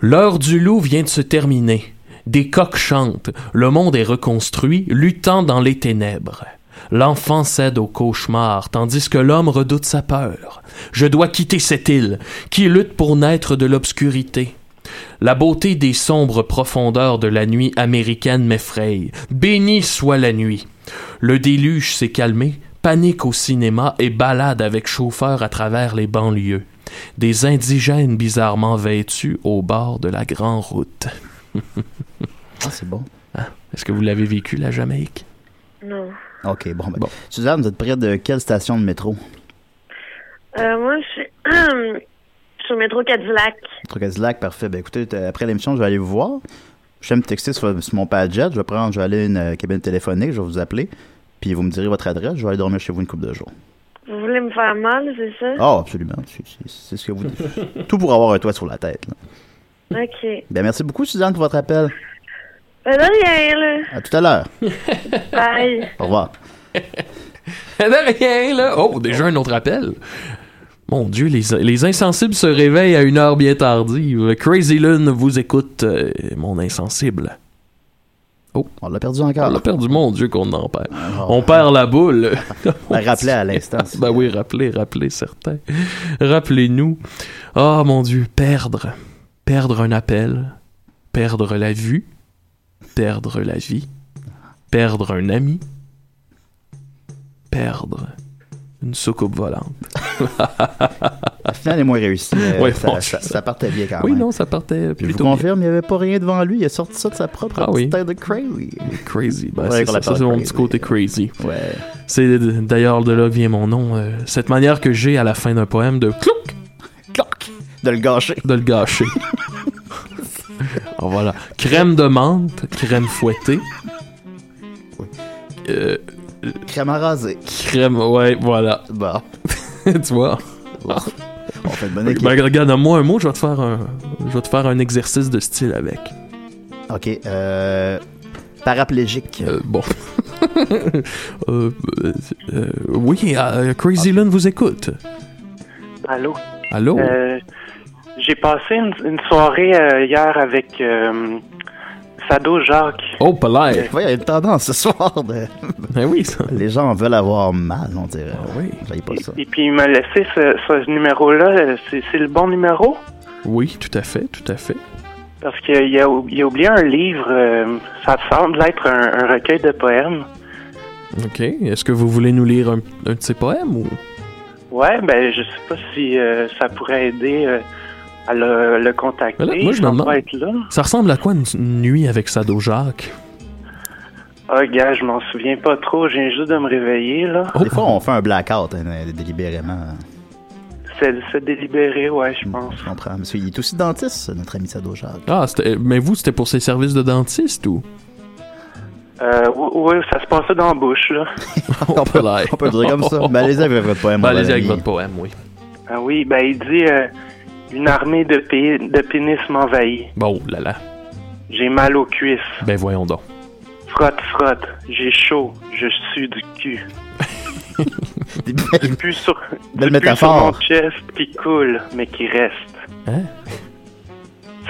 Speaker 5: L'heure du loup vient de se terminer. Des coqs chantent. Le monde est reconstruit, luttant dans les ténèbres. L'enfant cède au cauchemar, tandis que l'homme redoute sa peur. Je dois quitter cette île, qui lutte pour naître de l'obscurité. La beauté des sombres profondeurs de la nuit américaine m'effraie. Béni soit la nuit. Le déluge s'est calmé, panique au cinéma et balade avec chauffeur à travers les banlieues. Des indigènes bizarrement vêtus au bord de la grande route.
Speaker 6: Ah, c'est bon.
Speaker 5: Hein? Est-ce que vous l'avez vécu, la Jamaïque?
Speaker 13: Non.
Speaker 6: OK, bon, ben, Suzanne, vous êtes près de quelle station de métro?
Speaker 13: Euh, moi, je suis. je suis au métro Cadillac.
Speaker 6: Trocadélac, parfait. Ben, écoutez, t- après l'émission, je vais aller vous voir. Je vais me texter sur, sur mon padjet. Je vais prendre, je vais aller à une euh, cabine téléphonique. Je vais vous appeler. Puis vous me direz votre adresse. Je vais aller dormir chez vous une couple de jours.
Speaker 13: Vous voulez me faire mal, c'est ça?
Speaker 6: Ah, absolument. C'est- c'est- C'est ce que vous Tout pour avoir un toit sur la tête. là.
Speaker 13: Ok.
Speaker 6: Ben, merci beaucoup, Suzanne, pour votre appel.
Speaker 13: Ben, de rien, là.
Speaker 6: À tout à l'heure.
Speaker 13: Bye.
Speaker 6: Au revoir.
Speaker 5: De Eh rien, là! Oh, déjà un autre appel! Mon Dieu, les, les insensibles se réveillent à une heure bien tardive. Crazy Lune vous écoute, euh, mon insensible. Oh.
Speaker 6: On l'a perdu encore. Ah,
Speaker 5: On l'a perdu, mon Dieu, qu'on en perd. On perd la boule.
Speaker 6: rappelez à l'instant.
Speaker 5: ben oui, rappelez, rappelez, certains. Rappelez-nous. Ah, mon Dieu, perdre. Perdre un appel. Perdre la vue. Perdre la vie. Perdre un ami. Perdre une soucoupe volante.
Speaker 6: La finale est moins réussie. mais
Speaker 5: Ouais,
Speaker 6: ça,
Speaker 5: bon,
Speaker 6: ça-
Speaker 5: c'est
Speaker 6: ça partait bien quand
Speaker 5: oui,
Speaker 6: même.
Speaker 5: non, ça partait
Speaker 6: Ah Puis je vous
Speaker 5: plutôt bien.
Speaker 6: confirme, il n'y avait pas rien devant lui. Il a sorti ça de sa propre
Speaker 5: Ah oui.
Speaker 6: petite tête de crazy.
Speaker 5: Crazy. Ben,
Speaker 6: Ouais,
Speaker 5: c'est ça, ça,
Speaker 6: qu'on l'appelle
Speaker 5: c'est mon
Speaker 6: crazy.
Speaker 5: petit côté crazy.
Speaker 6: Ouais.
Speaker 5: C'est d'ailleurs de là que vient mon nom. euh, cette manière que j'ai à la fin d'un poème de clouc
Speaker 6: Cloc! De le gâcher.
Speaker 5: de le gâcher. Alors voilà. Crème de menthe, crème fouettée. Euh, euh,
Speaker 6: Crème à raser.
Speaker 5: crème, ouais, voilà.
Speaker 6: Bah.
Speaker 5: tu vois.
Speaker 6: On fait une bonne équipe.
Speaker 5: Ben, regarde, moi un mot, je vais te faire un, je vais te faire un exercice de style avec.
Speaker 6: OK. Euh, paraplégique.
Speaker 5: bon. Euh, euh, euh, oui, euh, Crazy Lune vous écoute.
Speaker 14: Allô?
Speaker 6: Oh.
Speaker 5: Allô?
Speaker 14: Euh, J'ai passé une, une soirée euh, hier avec euh, Sado Jacques.
Speaker 5: Oh, pas l'air.
Speaker 6: Ouais, il y a une tendance ce soir. De...
Speaker 5: oui,
Speaker 6: Les gens veulent avoir mal, on dirait.
Speaker 5: Ah oui.
Speaker 6: J'aille pas ça.
Speaker 14: Et puis il m'a laissé ce, ce numéro-là. Euh, C'est c'est le bon numéro?
Speaker 5: Oui, tout à fait, tout à fait.
Speaker 14: Parce qu'il a, il a oublié un livre. euh, ça semble être un, un recueil de poèmes.
Speaker 5: Ok. Est-ce que vous voulez nous lire un, un de ces poèmes ou
Speaker 14: Ouais, ben je sais pas si euh, ça pourrait aider euh, à le, le contacter.
Speaker 5: Mais Ben là, moi, je me
Speaker 14: sans
Speaker 5: demande.
Speaker 14: pas être là.
Speaker 5: Ça ressemble à quoi une, une nuit avec Sado Jacques?
Speaker 14: Ah, gars, je m'en souviens pas trop. J'ai juste de me réveiller, là.
Speaker 5: Oh.
Speaker 6: Des fois, on fait un blackout hein, euh, délibérément.
Speaker 14: C'est c'est délibéré, ouais, je pense.
Speaker 6: Je comprends. Monsieur, il est aussi dentiste, notre ami Sado Jacques.
Speaker 5: Ah, c'était- mais vous, c'était pour ses services de dentiste ou?
Speaker 14: Euh, ou- ouais, ça se passait dans la bouche, là.
Speaker 6: on, peut, on peut le dire comme ça. Ben, allez-y avec votre poème.
Speaker 5: Ben,
Speaker 6: mon
Speaker 5: allez-y
Speaker 6: ami.
Speaker 5: avec votre poème, oui.
Speaker 14: Ah oui, ben il dit euh, une armée de, pé- de pénis m'envahit.
Speaker 5: Bon, oh là là.
Speaker 14: J'ai mal aux cuisses.
Speaker 5: Ben, voyons donc.
Speaker 14: Frotte, frotte. J'ai chaud. Je sue du cul. du pue sur,
Speaker 6: Belle
Speaker 14: du pus sur mon
Speaker 6: métaphore.
Speaker 14: chest qui coule, mais qui reste.
Speaker 5: Hein?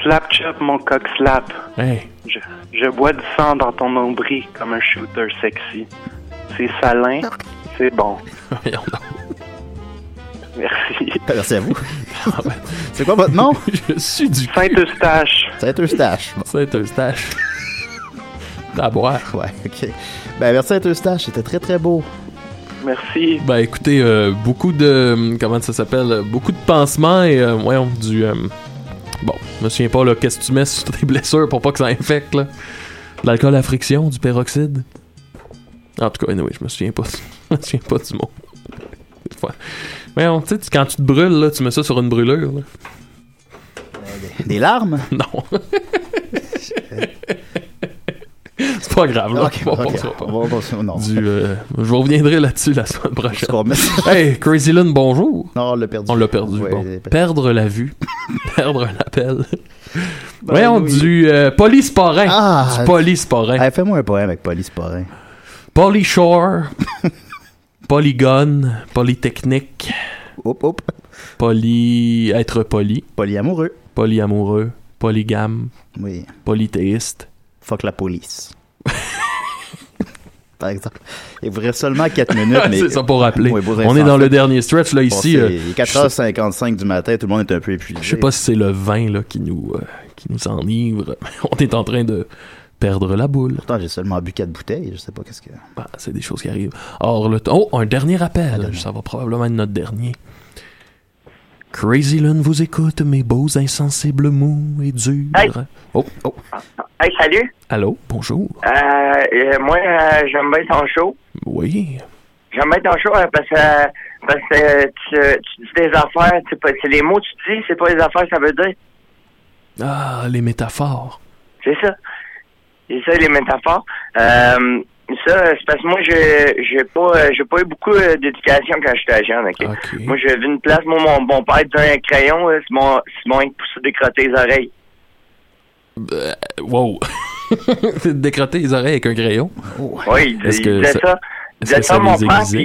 Speaker 14: Slap chop mon coq slap.
Speaker 5: Hey.
Speaker 14: Je, je bois du sang dans ton nombril comme un shooter sexy. C'est salin, c'est bon.
Speaker 5: Voyons donc.
Speaker 14: Merci.
Speaker 6: Ben, Merci à vous. C'est quoi votre nom?
Speaker 5: Je suis du
Speaker 14: Saint-Eustache.
Speaker 6: Saint-Eustache.
Speaker 5: Saint-Eustache. À boire.
Speaker 6: Ouais, ok. Ben, merci Saint-Eustache, c'était très très beau.
Speaker 14: Merci.
Speaker 5: Ben écoutez, euh, beaucoup de. Comment ça s'appelle euh, Beaucoup de pansements et. euh, voyons, du. euh, bon, je me souviens pas, là, qu'est-ce que tu mets sur tes blessures pour pas que ça infecte, là De l'alcool à friction, du peroxyde En tout cas, anyway, je me souviens pas. Je me souviens pas du mot. Ouais. Voyons, tu sais, tu- quand tu te brûles, là, tu mets ça sur une brûlure, là.
Speaker 6: Des larmes
Speaker 5: Non. C'est pas grave, là.
Speaker 6: Ok,
Speaker 5: on
Speaker 6: ok.
Speaker 5: passera pas.
Speaker 6: On va pas- non.
Speaker 5: Du, euh, je reviendrai là-dessus la semaine prochaine.
Speaker 6: qu'on remet-
Speaker 5: hey, Crazy Lune, bonjour.
Speaker 6: Non, on l'a perdu.
Speaker 5: On l'a perdu.
Speaker 6: Ouais,
Speaker 5: bon.
Speaker 6: il est perdu.
Speaker 5: Perdre la vue. Perdre l'appel.
Speaker 6: Ben,
Speaker 5: Voyons
Speaker 6: oui. Ah,
Speaker 5: du euh, polysporin. du polysporin.
Speaker 6: Hey, Fais-moi un poème avec Polysporin.
Speaker 5: Polyshore. Polygone. Polytechnique.
Speaker 6: Hop, hop.
Speaker 5: Poly. Être poli.
Speaker 6: Polyamoureux.
Speaker 5: Polyamoureux. Polygame.
Speaker 6: Oui.
Speaker 5: Polythéiste.
Speaker 6: Fuck la police. Par exemple. Il vous reste seulement 4 minutes. mais
Speaker 5: C'est ça pour rappeler.
Speaker 6: Ouais, beaux
Speaker 5: On est
Speaker 6: instants.
Speaker 5: dans le dernier stretch, là,
Speaker 6: Bon,
Speaker 5: ici.
Speaker 6: c'est-
Speaker 5: euh,
Speaker 6: il est
Speaker 5: je-
Speaker 6: 4h55 du matin, tout le monde est un peu épuisé.
Speaker 5: Je sais pas si c'est le vin là, qui, nous, euh, qui nous enivre. On est en train de perdre la boule.
Speaker 6: Pourtant, j'ai seulement bu 4 bouteilles, je sais pas qu'est-ce que.
Speaker 5: Bah, c'est des choses qui arrivent. Or, le temps. Oh, un dernier appel. Ça va probablement être notre dernier. Crazy Lune vous écoute, mes beaux insensibles mous et durs.
Speaker 15: Hey.
Speaker 5: Oh, oh.
Speaker 15: Hey, salut.
Speaker 5: Allô, bonjour.
Speaker 15: Euh, euh, moi, euh, j'aime bien ton show.
Speaker 5: Oui.
Speaker 15: J'aime bien ton show euh, parce que, parce que euh, tu, tu dis des affaires. tu sais pas- C'est les mots que tu dis, c'est pas les affaires que ça veut dire.
Speaker 5: Ah, les métaphores.
Speaker 15: C'est ça. C'est ça, les métaphores. Euh, ça, c'est parce que moi, j'ai j'ai pas, euh, j'ai pas eu beaucoup euh, d'éducation quand j'étais jeune, OK? Moi, j'ai vu une place, moi, mon, mon père disait un crayon, là, c'est mon, c'est mon qui poussait décrotter les oreilles.
Speaker 5: Euh, wow. Décrotter les oreilles avec un crayon.
Speaker 15: Oui, il,
Speaker 5: Est-ce
Speaker 15: il
Speaker 5: que
Speaker 15: disait ça.
Speaker 5: ça-
Speaker 15: Il
Speaker 5: est-ce que
Speaker 15: disait ça,
Speaker 5: ça
Speaker 15: mon
Speaker 5: les
Speaker 15: père,
Speaker 5: aiguisait?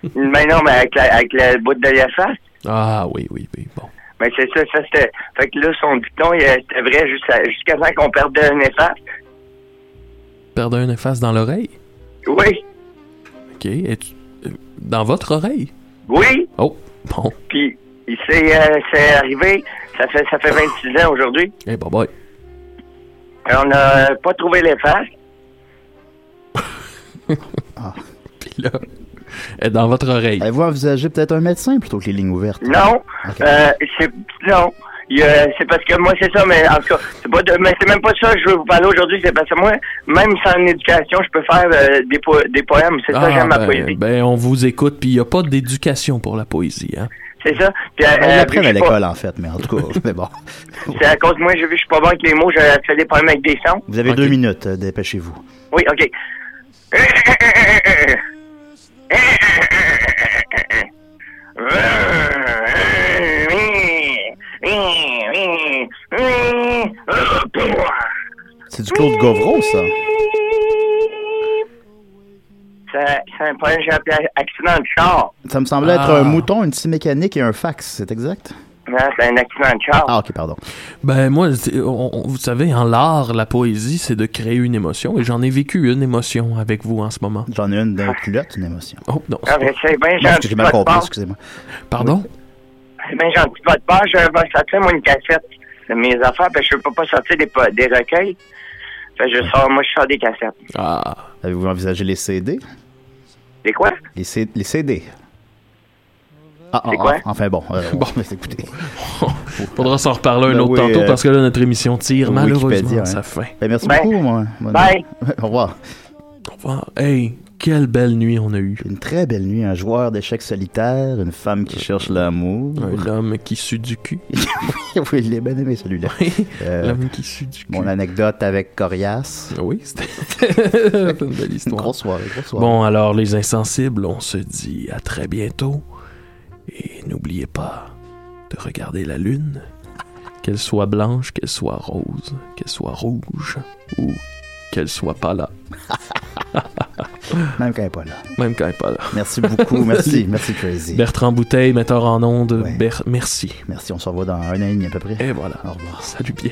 Speaker 15: puis- Mais non, mais avec la, avec la bout de la face.
Speaker 5: Ah, oui, oui, oui. Bon.
Speaker 15: Mais c'est ça, ça c'était. Fait que là, son dicton, il, euh, c'était vrai jusqu'à jusqu'à temps qu'on perde un efface.
Speaker 5: Perdre un efface dans l'oreille.
Speaker 15: Oui,
Speaker 5: OK. Et tu- euh, Dans votre oreille.
Speaker 15: oui.
Speaker 5: Oh, bon.
Speaker 15: Puis, il s'est euh, c'est arrivé, ça fait, ça fait 26 ans aujourd'hui.
Speaker 5: Eh, bye bye.
Speaker 15: Alors, On n'a pas trouvé l'efface.
Speaker 5: Puis là, elle est dans votre oreille.
Speaker 6: Avez-vous envisagé peut-être un médecin plutôt que les lignes ouvertes?
Speaker 15: Non. Euh, c'est- non. Il y a- c'est parce que moi, c'est ça, mais en tout cas, c'est pas de- mais c'est même pas ça que je veux vous parler aujourd'hui. C'est parce que moi, même sans éducation, je peux faire euh, des, po- des poèmes. C'est ça,
Speaker 5: Ah,
Speaker 15: j'aime la
Speaker 5: ben-
Speaker 15: poésie.
Speaker 5: ben, on vous écoute, puis il n'y a pas d'éducation pour la poésie. Hein?
Speaker 15: C'est ça. Puis,
Speaker 6: On
Speaker 15: euh,
Speaker 6: l'apprend
Speaker 15: je
Speaker 6: à
Speaker 15: suis
Speaker 6: l'école, en fait, mais en tout cas, mais bon.
Speaker 15: pas- C'est à cause de moi, je, je suis pas bon avec les mots. Je fais des poèmes avec des sons.
Speaker 6: Vous avez deux minutes, euh, dépêchez-vous.
Speaker 15: Oui, OK.
Speaker 6: C'est du Claude Gauvreau, ça.
Speaker 15: C'est c'est un poème que j'ai appelé Accident de char.
Speaker 6: Ça me semblait être
Speaker 15: Ah.
Speaker 6: un mouton, une scie mécanique et un fax, c'est exact?
Speaker 15: Hein, C'est un accident de char.
Speaker 6: Ah, ok, pardon.
Speaker 5: Ben moi, c'est- on- on- vous savez, en l'art, la poésie, c'est de créer une émotion, et j'en ai vécu une émotion avec vous en ce moment.
Speaker 6: J'en ai une d'un culotte, une émotion.
Speaker 5: Oh non.
Speaker 15: Ah, mais c'est bien
Speaker 6: Non, j'ai
Speaker 15: gentil de
Speaker 6: mal
Speaker 15: votre
Speaker 6: compris,
Speaker 15: part.
Speaker 6: excusez-moi.
Speaker 5: Pardon?
Speaker 15: C'est bien gentil de votre part. Je vais sortir, moi, une cassette de mes affaires, parce que je peux pas sortir des, po- des recueils. Fait que je sors, moi, je sors des cassettes.
Speaker 5: Ah.
Speaker 6: Avez-vous envisagé les CD?
Speaker 15: Des quoi?
Speaker 6: Les, C- les CD. Ah, ah,
Speaker 15: C'est quoi?
Speaker 6: ah, enfin bon, euh, bon, écoutez.
Speaker 5: Faudra s'en reparler un
Speaker 6: Ben
Speaker 5: autre
Speaker 6: oui,
Speaker 5: tantôt
Speaker 6: euh,
Speaker 5: parce que là, notre émission tire malheureusement
Speaker 6: Wikipédia,
Speaker 5: à
Speaker 6: hein.
Speaker 5: sa fin.
Speaker 6: Ben, merci
Speaker 5: Ben,
Speaker 6: beaucoup, moi. Bonne-
Speaker 5: bye.
Speaker 6: Au revoir.
Speaker 5: Au revoir. Hey, quelle belle nuit on a eue.
Speaker 6: Une très belle nuit. Un joueur d'échecs solitaire, une femme qui cherche l'amour.
Speaker 5: Un homme qui sue du cul.
Speaker 6: oui, il est bien aimé celui-là. Euh,
Speaker 5: L'homme qui sue du cul. Ah
Speaker 6: Mon anecdote avec
Speaker 5: Oui,
Speaker 6: Corias.
Speaker 5: c'était une belle histoire.
Speaker 6: Grosse soirée, grosse soirée.
Speaker 5: Bon, alors, les insensibles, on se dit à très bientôt. Et n'oubliez pas de regarder la lune, qu'elle soit blanche, qu'elle soit rose, qu'elle soit rouge ou qu'elle soit pas là.
Speaker 6: Même quand elle n'est pas là.
Speaker 5: Même quand elle n'est pas là.
Speaker 6: Merci beaucoup. merci. Merci, Crazy.
Speaker 5: Bertrand Bouteille, metteur en ondes, Ber- merci.
Speaker 6: Merci, on se revoit dans un an et demi à peu près.
Speaker 5: Et voilà.
Speaker 6: Au revoir.
Speaker 5: Salut bien.